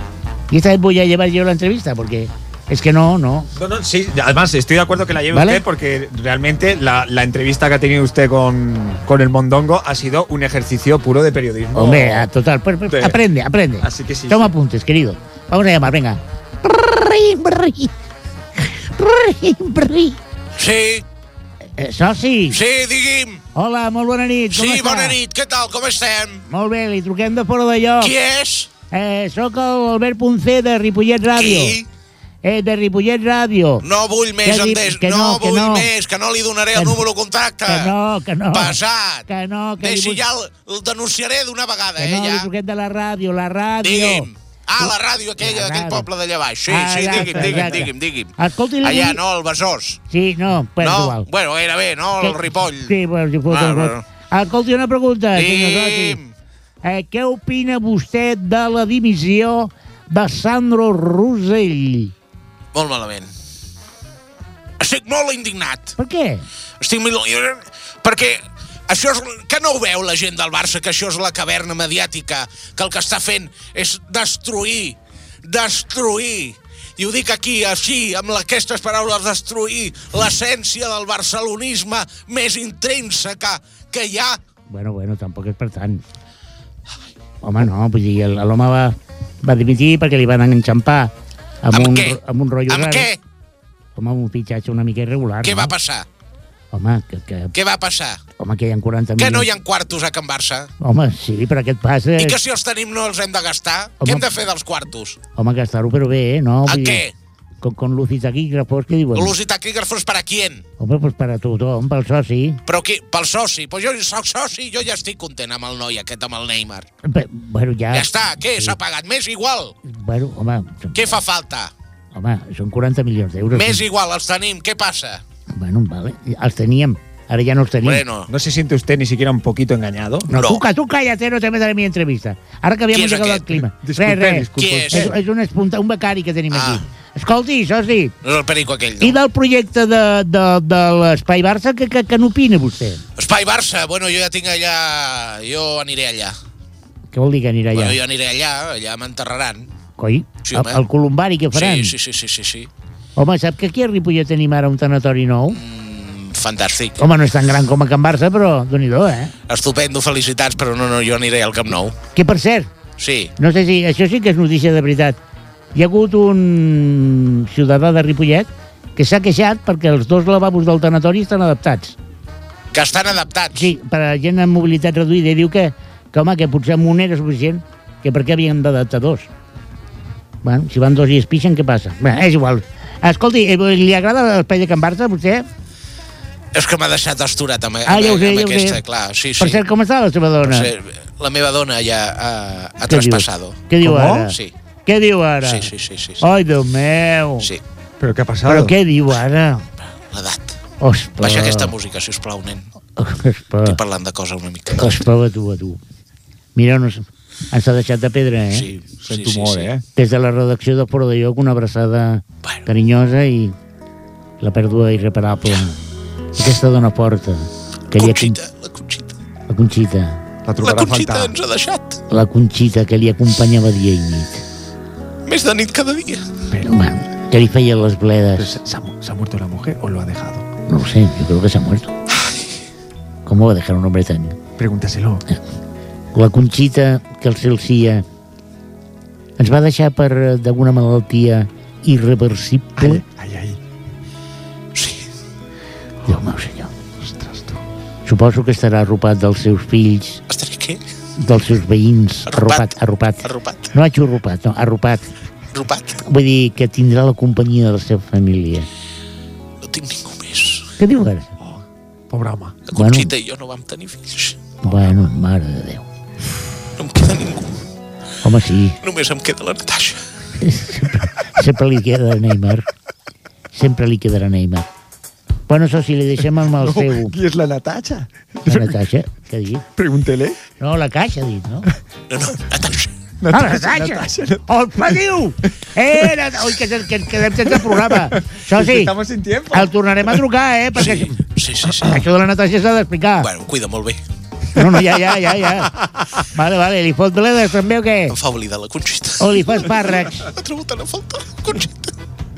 B: Y esta vez voy a llevar yo la entrevista porque es que no, no.
A: No, no, sí, además estoy de acuerdo que la lleve
B: ¿Vale?
A: usted porque realmente la, la entrevista que ha tenido usted con, con el Mondongo ha sido un ejercicio puro de periodismo.
B: Hombre, a- total. pues, pues,
A: Sí.
B: aprende, aprende.
A: Así que sí,
B: Toma
A: sí.
B: apuntes, querido. Vamos a llamar, venga.
H: Sí,
B: Eh, Soci,
H: sí, digui'm.
B: hola, molt bona nit. Com
H: Sí,
B: està?
H: bona nit. Què tal? Com estem?
B: Molt bé, li truquem de fora de lloc.
H: Qui és?
B: Eh, soc el Albert Poncer de Ripollet Ràdio.
H: Qui?
B: Eh, de Ripollet Ràdio.
H: No vull més,
B: Que di-
H: Andrés.
B: que
H: No,
B: no, que
H: vull
B: no.
H: més, que no li donaré
B: Que
H: el
B: no.
H: número de contacte.
B: Que no, que no.
H: Passat.
B: Que no, que
H: Deixi,
B: li...
H: ja el, el denunciaré d'una vegada,
B: Que
H: eh,
B: no, li
H: ja.
B: truquem de la ràdio, la ràdio.
H: Digui'm. Ah, la ràdio
B: La
H: aquella d'aquell
B: ràdio.
H: poble d'allà baix. Sí,
B: Ah,
H: sí,
B: exacte,
H: digui'm, digui'm,
B: exacte.
H: digui'm, digui'm.
B: Escolti, li
H: Allà,
B: dic-
H: no, al Besòs.
B: Sí, no, pues
H: No,
B: igual.
H: bueno, gairebé, no, al
B: Que-
H: Ripoll.
B: Sí, bueno, si fos
H: Ah,
B: el
H: bueno.
B: Ripoll. Escolti, una pregunta, senyor Rossi.
H: Digui'm.
B: Eh, què opina vostè de la dimissió de Sandro Rosell?
H: Molt malament. Estic molt indignat.
B: Per què?
H: Estic molt... Jo, eh, perquè Això és, que no ho veu la gent del Barça, que això és la caverna mediàtica, que el que està fent és destruir, destruir, i ho dic aquí, així, amb aquestes paraules, destruir l'essència del barcelonisme més intrínseca que hi ha.
B: Bueno, bueno, tampoc és per tant. Home, no, vull dir, el- l'home va, va dimitir perquè li van enxampar amb,
H: Amb
B: un,
H: què?
B: ro- amb un rotllo
H: Amb
B: raro.
H: què?
B: Home, amb un fitxatge una mica irregular.
H: Què
B: no?
H: va passar?
B: Home, que, que,
H: Què va passar?
B: home, que hi ha 40
H: Que
B: milions.
H: no hi ha quartos a Can Barça?
B: Home, sí, però aquest pas... Eh,
H: I que si els tenim no els hem de gastar?
B: Home.
H: Què hem de fer dels quartos?
B: Home, gastar-ho però bé, eh, no?
H: A
B: Vull dir,
H: què?
B: Con, con luz y taquígrafos, ¿qué digo?
H: Los i taquígrafos per a quién?
B: Home, pues para tothom, pel soci.
H: Però qui? Pel soci. Però jo soc soci jo ja estic content amb el noi aquest, amb el Neymar.
B: Pe- Bueno, ja...
H: Ja està, què? S'ha pagat més igual.
B: Bueno, home, són,
H: Què fa falta?
B: home, són 40 milions d'euros.
H: Més igual, els tenim. Què passa?
B: Bueno, vale, els teníem, ara ja no els tenim.
H: Bueno,
G: ¿No se siente usted ni siquiera un poquito engañado?
B: No,
H: No.
B: tú, ca- tú cállate, no te metas en mi entrevista. Ahora que
H: Qui
B: habíamos
H: és
B: llegado al
H: aquest?
B: clima.
G: Disculpe,
B: Res, res.
G: disculpe.
H: Qui és?
B: És, és un, espunta, un becari que tenim
H: Ah.
B: aquí. Escolti, soci,
H: no és el perico aquell,
B: i
H: no.
B: del projecte de, de, de l'Espai Barça, que, que, que n'opina vostè?
H: Espai Barça, bueno, jo ja tinc allà... Jo aniré allà.
B: Què vol dir que anirà allà?
H: Bueno, jo aniré allà, allà m'enterraran.
B: Coi,
H: Sí,
B: el,
H: home.
B: el columbari que faran?
H: Sí, sí, sí, sí, sí, sí.
B: Home, sap que aquí a Ripollet tenim ara un tanatori nou?
H: Mm, fantàstic.
B: Home, no és tan gran com a Can Barça, però déu nhi eh?
H: Estupendo, felicitats, però no, no, jo aniré al Camp Nou.
B: Que, per cert,
H: Sí.
B: no sé si... Això sí que és notícia de veritat. Hi ha hagut un ciutadà de Ripollet que s'ha queixat perquè els dos lavabos del tanatori estan adaptats.
H: Que estan adaptats.
B: Sí, per a gent amb mobilitat reduïda. I diu que, que home, que potser amb un era suficient, que per què havien d'adaptar dos? Bueno, si van dos i es pixen, què passa? Bé, és igual. Escolti, eh, li agrada l'espai de Can Barça, potser?
H: És que m'ha deixat astorat amb,
B: Ah,
H: amb,
B: ja ho sé,
H: amb
B: ja ho sé.
H: aquesta, clar. Sí, sí.
B: Per cert, com està la seva dona?
H: Sí, la meva dona ja ha, ha
B: Ah. Què dius?
H: traspassado. Oh,
B: Què diu
G: Com?
B: ara?
H: Sí.
B: Què diu ara? Oh.
H: Sí, sí, sí, sí. sí.
B: Ai, Déu meu.
H: sí.
G: ¿Pero qué ha pasado?
B: Però què diu ara?
H: L'edat.
B: Ospa.
H: Baixa aquesta música, si us plau, nen.
B: Ospa.
H: Estic parlant de cosa una mica.
B: Ospa, va tu, va tu. Mira, no, s- ens ha deixat de pedra, eh?
H: Sí, sí,
G: Sento
H: sí,
G: molt,
H: sí.
G: eh?
B: Des de la redacció de Fora de Lloc, una abraçada
H: Bueno.
B: carinyosa i la pèrdua irreparable. Aquesta dona forta. Que li ha con-
H: Conxita, la Conxita.
B: la Conxita.
G: La
H: La
G: trucarà a
H: Conxita
G: faltar.
H: ens ha deixat.
B: La Conxita que li acompanyava dia i nit.
H: Més de nit cada dia.
B: Però, bueno, que li feia les
A: Pues,
G: Pero
B: bledes.
G: ¿Se, se ha, mu- se ha muerto la mujer o lo ha dejado?
B: No ho sé, yo creo que se ha muerto. ¿Cómo va a dejar un hombre tan...?
G: Pregúntaselo.
B: La Conxita, que el celcia ens va deixar per eh, d'alguna malaltia irreversible.
G: Ay, ay, ay.
B: Déu meu senyor. Suposo que estarà arropat dels seus fills,
H: Estaré què?
B: dels seus veïns. Arropat,
H: Arropat.
B: arropat.
H: Arropat.
B: No ha xurropat, no, arropat.
H: Arropat.
B: Vull dir que tindrà la companyia de la seva família.
H: No tinc ningú més.
B: Què diu ara?
G: Pobre ama.
H: La Conxita i jo no vam tenir fills.
B: Bueno, mare de Déu.
H: No em queda ningú.
B: Home, sí,
H: Només em queda la Natasha.
B: sempre li queda a Neymar. Sempre li quedarà a Neymar. Bueno, això sí, li deixem amb el
A: *laughs*
B: seu...
G: ¿Quién es la Natacha?
B: La Natasha, què digui?
G: Pregúntele.
B: No, la caixa, ha dit, no?
H: No, no, Natasha.
B: Ah, *laughs* la Natasha. El pediu! Eh, la... Ui, que, que, que quedem sense programa. Això sí, Ah,
G: Estamos sin tiempo.
B: el tornarem a trucar, eh? Perquè
H: Sí, sí, sí. sí.
B: això de la Natasha s'ha d'explicar.
H: Bueno, em cuida molt bé.
B: No, no, ja, ja, ja, ja. Vale, vale, li fot bledes també o què?
H: Em fa oblidar la Conxita.
B: O li fas espàrrecs?
H: La trobo tan a faltar, la Conxita.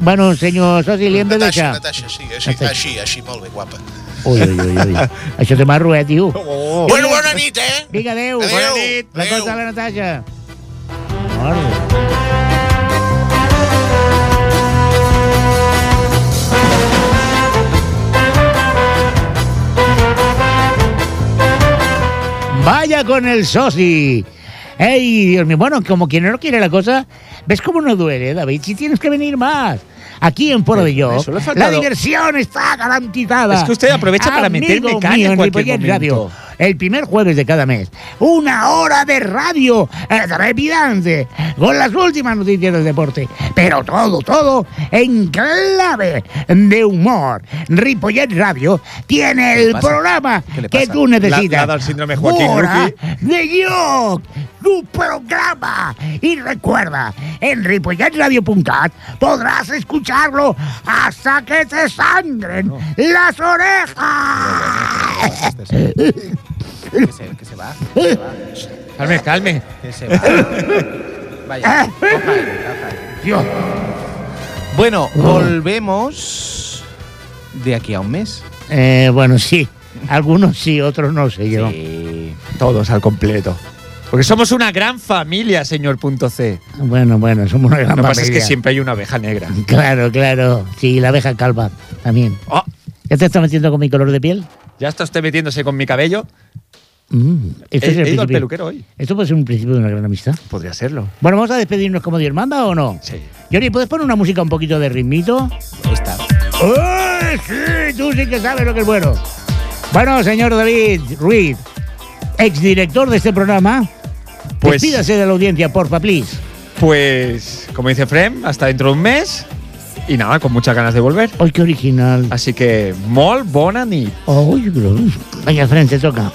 B: Bueno, senyor soci, li hem de
H: Natasha,
B: deixar.
H: Natasha, sí, així,
B: Natasha.
H: així, així, molt bé, guapa.
B: Ui, ui, ui, ui. Això té marro, eh, tio?
A: Oh,
H: Bueno, bona nit, eh?
B: Vinga, adéu.
H: Adéu.
B: Bona nit. La
H: Adéu.
B: cosa de la Natasha. Mare. Vaya con el soci. Ey, Dios mío. Bueno, como quien no quiere la cosa, ¿ves cómo no duele, David? Si tienes que venir más. Aquí en Foro de Yo,
G: eso le ha
B: la
G: faltado.
B: diversión está garantizada.
G: Es que usted aprovecha para
B: Amigo
G: meterme caña en
B: mío,
G: cualquier
B: Ripollet
G: momento.
B: Radio. El primer jueves de cada mes, una hora de radio eh, trepidante, con las últimas noticias del deporte, pero todo, todo en clave de humor. Ripollet Radio tiene el
G: pasa?
B: programa
G: ¿Qué le
B: que
G: pasa?
B: tú necesitas.
G: Le ha- le ha dado el síndrome Joaquín
B: Hora
G: Luqui.
B: de York, tu programa. Y recuerda, en ripolletradio.cat podrás escucharlo hasta que te sangren las orejas.
C: *laughs* Que se, que se va.
B: *laughs*
A: Calme, calme.
C: Que se va. Vaya. coja aire, coja aire. Bueno, volvemos de aquí a un mes.
B: Eh, bueno, sí. Algunos sí, otros no sé yo.
C: Sí.
A: Todos al completo. Porque somos una gran familia, señor punto C.
B: Bueno, bueno, somos una gran
A: Lo que pasa es que
B: familia.
A: siempre hay una abeja negra.
B: Claro, claro. Sí, la abeja calva también.
A: Oh,
B: ¿Ya te está metiendo con mi color de piel?
A: ya está usted metiéndose con mi cabello.
B: Mm, esto
A: He,
B: es el
A: he ido al
B: principio.
A: peluquero hoy.
B: Esto puede ser un principio de una gran amistad.
A: Podría serlo.
B: Bueno, vamos a despedirnos como Dios manda o no.
A: Sí.
B: Yori, ¿puedes poner una música un poquito de ritmito?
C: Está.
B: ¡Eh, sí! Tú sí que sabes lo que es bueno. Bueno, señor David Ruiz, exdirector de este programa,
A: Pues-
B: despídase de la audiencia, porfa, please.
A: Pues, como dice Frem, hasta dentro de un mes. Y nada, con muchas ganas de volver.
B: ¡Ay, qué original!
A: Así que, molt bona nit.
B: ¡Ay, bro! Venga, frente, toca.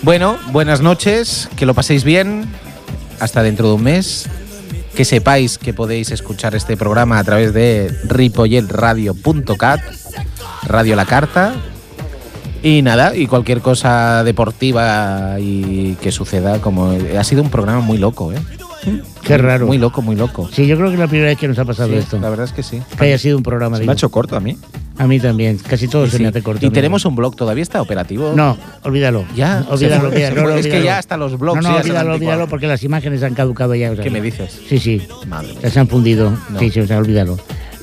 C: Bueno, buenas noches, que lo paséis bien, hasta dentro de un mes, que sepáis que podéis escuchar este programa a través de ripolletradio.cat, Radio La Carta, y nada, y cualquier cosa deportiva y que suceda, como ha sido un programa muy loco, ¿eh?
B: Qué raro.
C: Muy loco, muy loco.
B: Sí, yo creo que es la primera vez que nos ha pasado
C: Sí,
B: esto.
C: la verdad es que sí.
B: Que haya sido un programa
A: Se
B: de
A: me ha hecho corto a mí.
B: A mí también. Casi todo
C: Y
B: se
C: sí.
B: me hace corto.
C: Y
B: amigo.
C: tenemos un blog, todavía está operativo.
B: No, olvídalo.
C: Ya,
B: olvídalo.
C: se-
B: olvídalo,
C: se-
B: no,
C: es que
B: olvídalo.
C: ya hasta los blogs
B: No, no,
C: ya se han
B: olvídalo,
C: anticuado.
B: olvídalo, porque las imágenes han caducado ya. o sea,
C: ¿Qué me dices?
B: Sí, sí.
C: Madre mía.
B: Ya se han fundido.
C: No.
B: Sí, sí, o sea, olvídalo.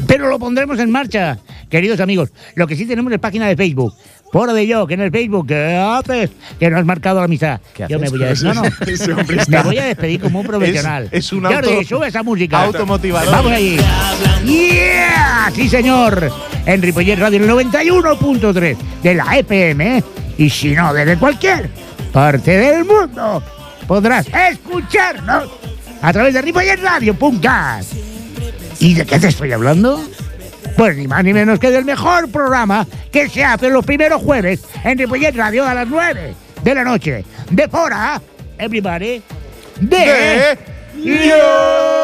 B: Pero lo pondremos en marcha, queridos amigos. Lo que sí tenemos es página de Facebook. Por de yo, que en el Facebook, ¿qué haces? Que no has marcado la amistad.
C: ¿Qué
B: yo me
C: haces?
B: voy
C: *laughs*
B: a despedir. No, no. me voy a despedir como un profesional.
C: es un
B: Jordi,
C: auto-
B: sube esa música.
C: automotivador.
B: Vamos allí. ¡Yeah! Sí, señor. En Ripollet Radio el 91.3 de la FM. ¿eh? Y si no, desde cualquier parte del mundo podrás escucharnos a través de ripolletradio.cat. ¿Y de qué te estoy hablando? Pues ni más ni menos que del mejor programa que se hace los primeros jueves en Ripollet Radio a las 9 de la noche. De fora, everybody, de...
C: De-
B: Yo.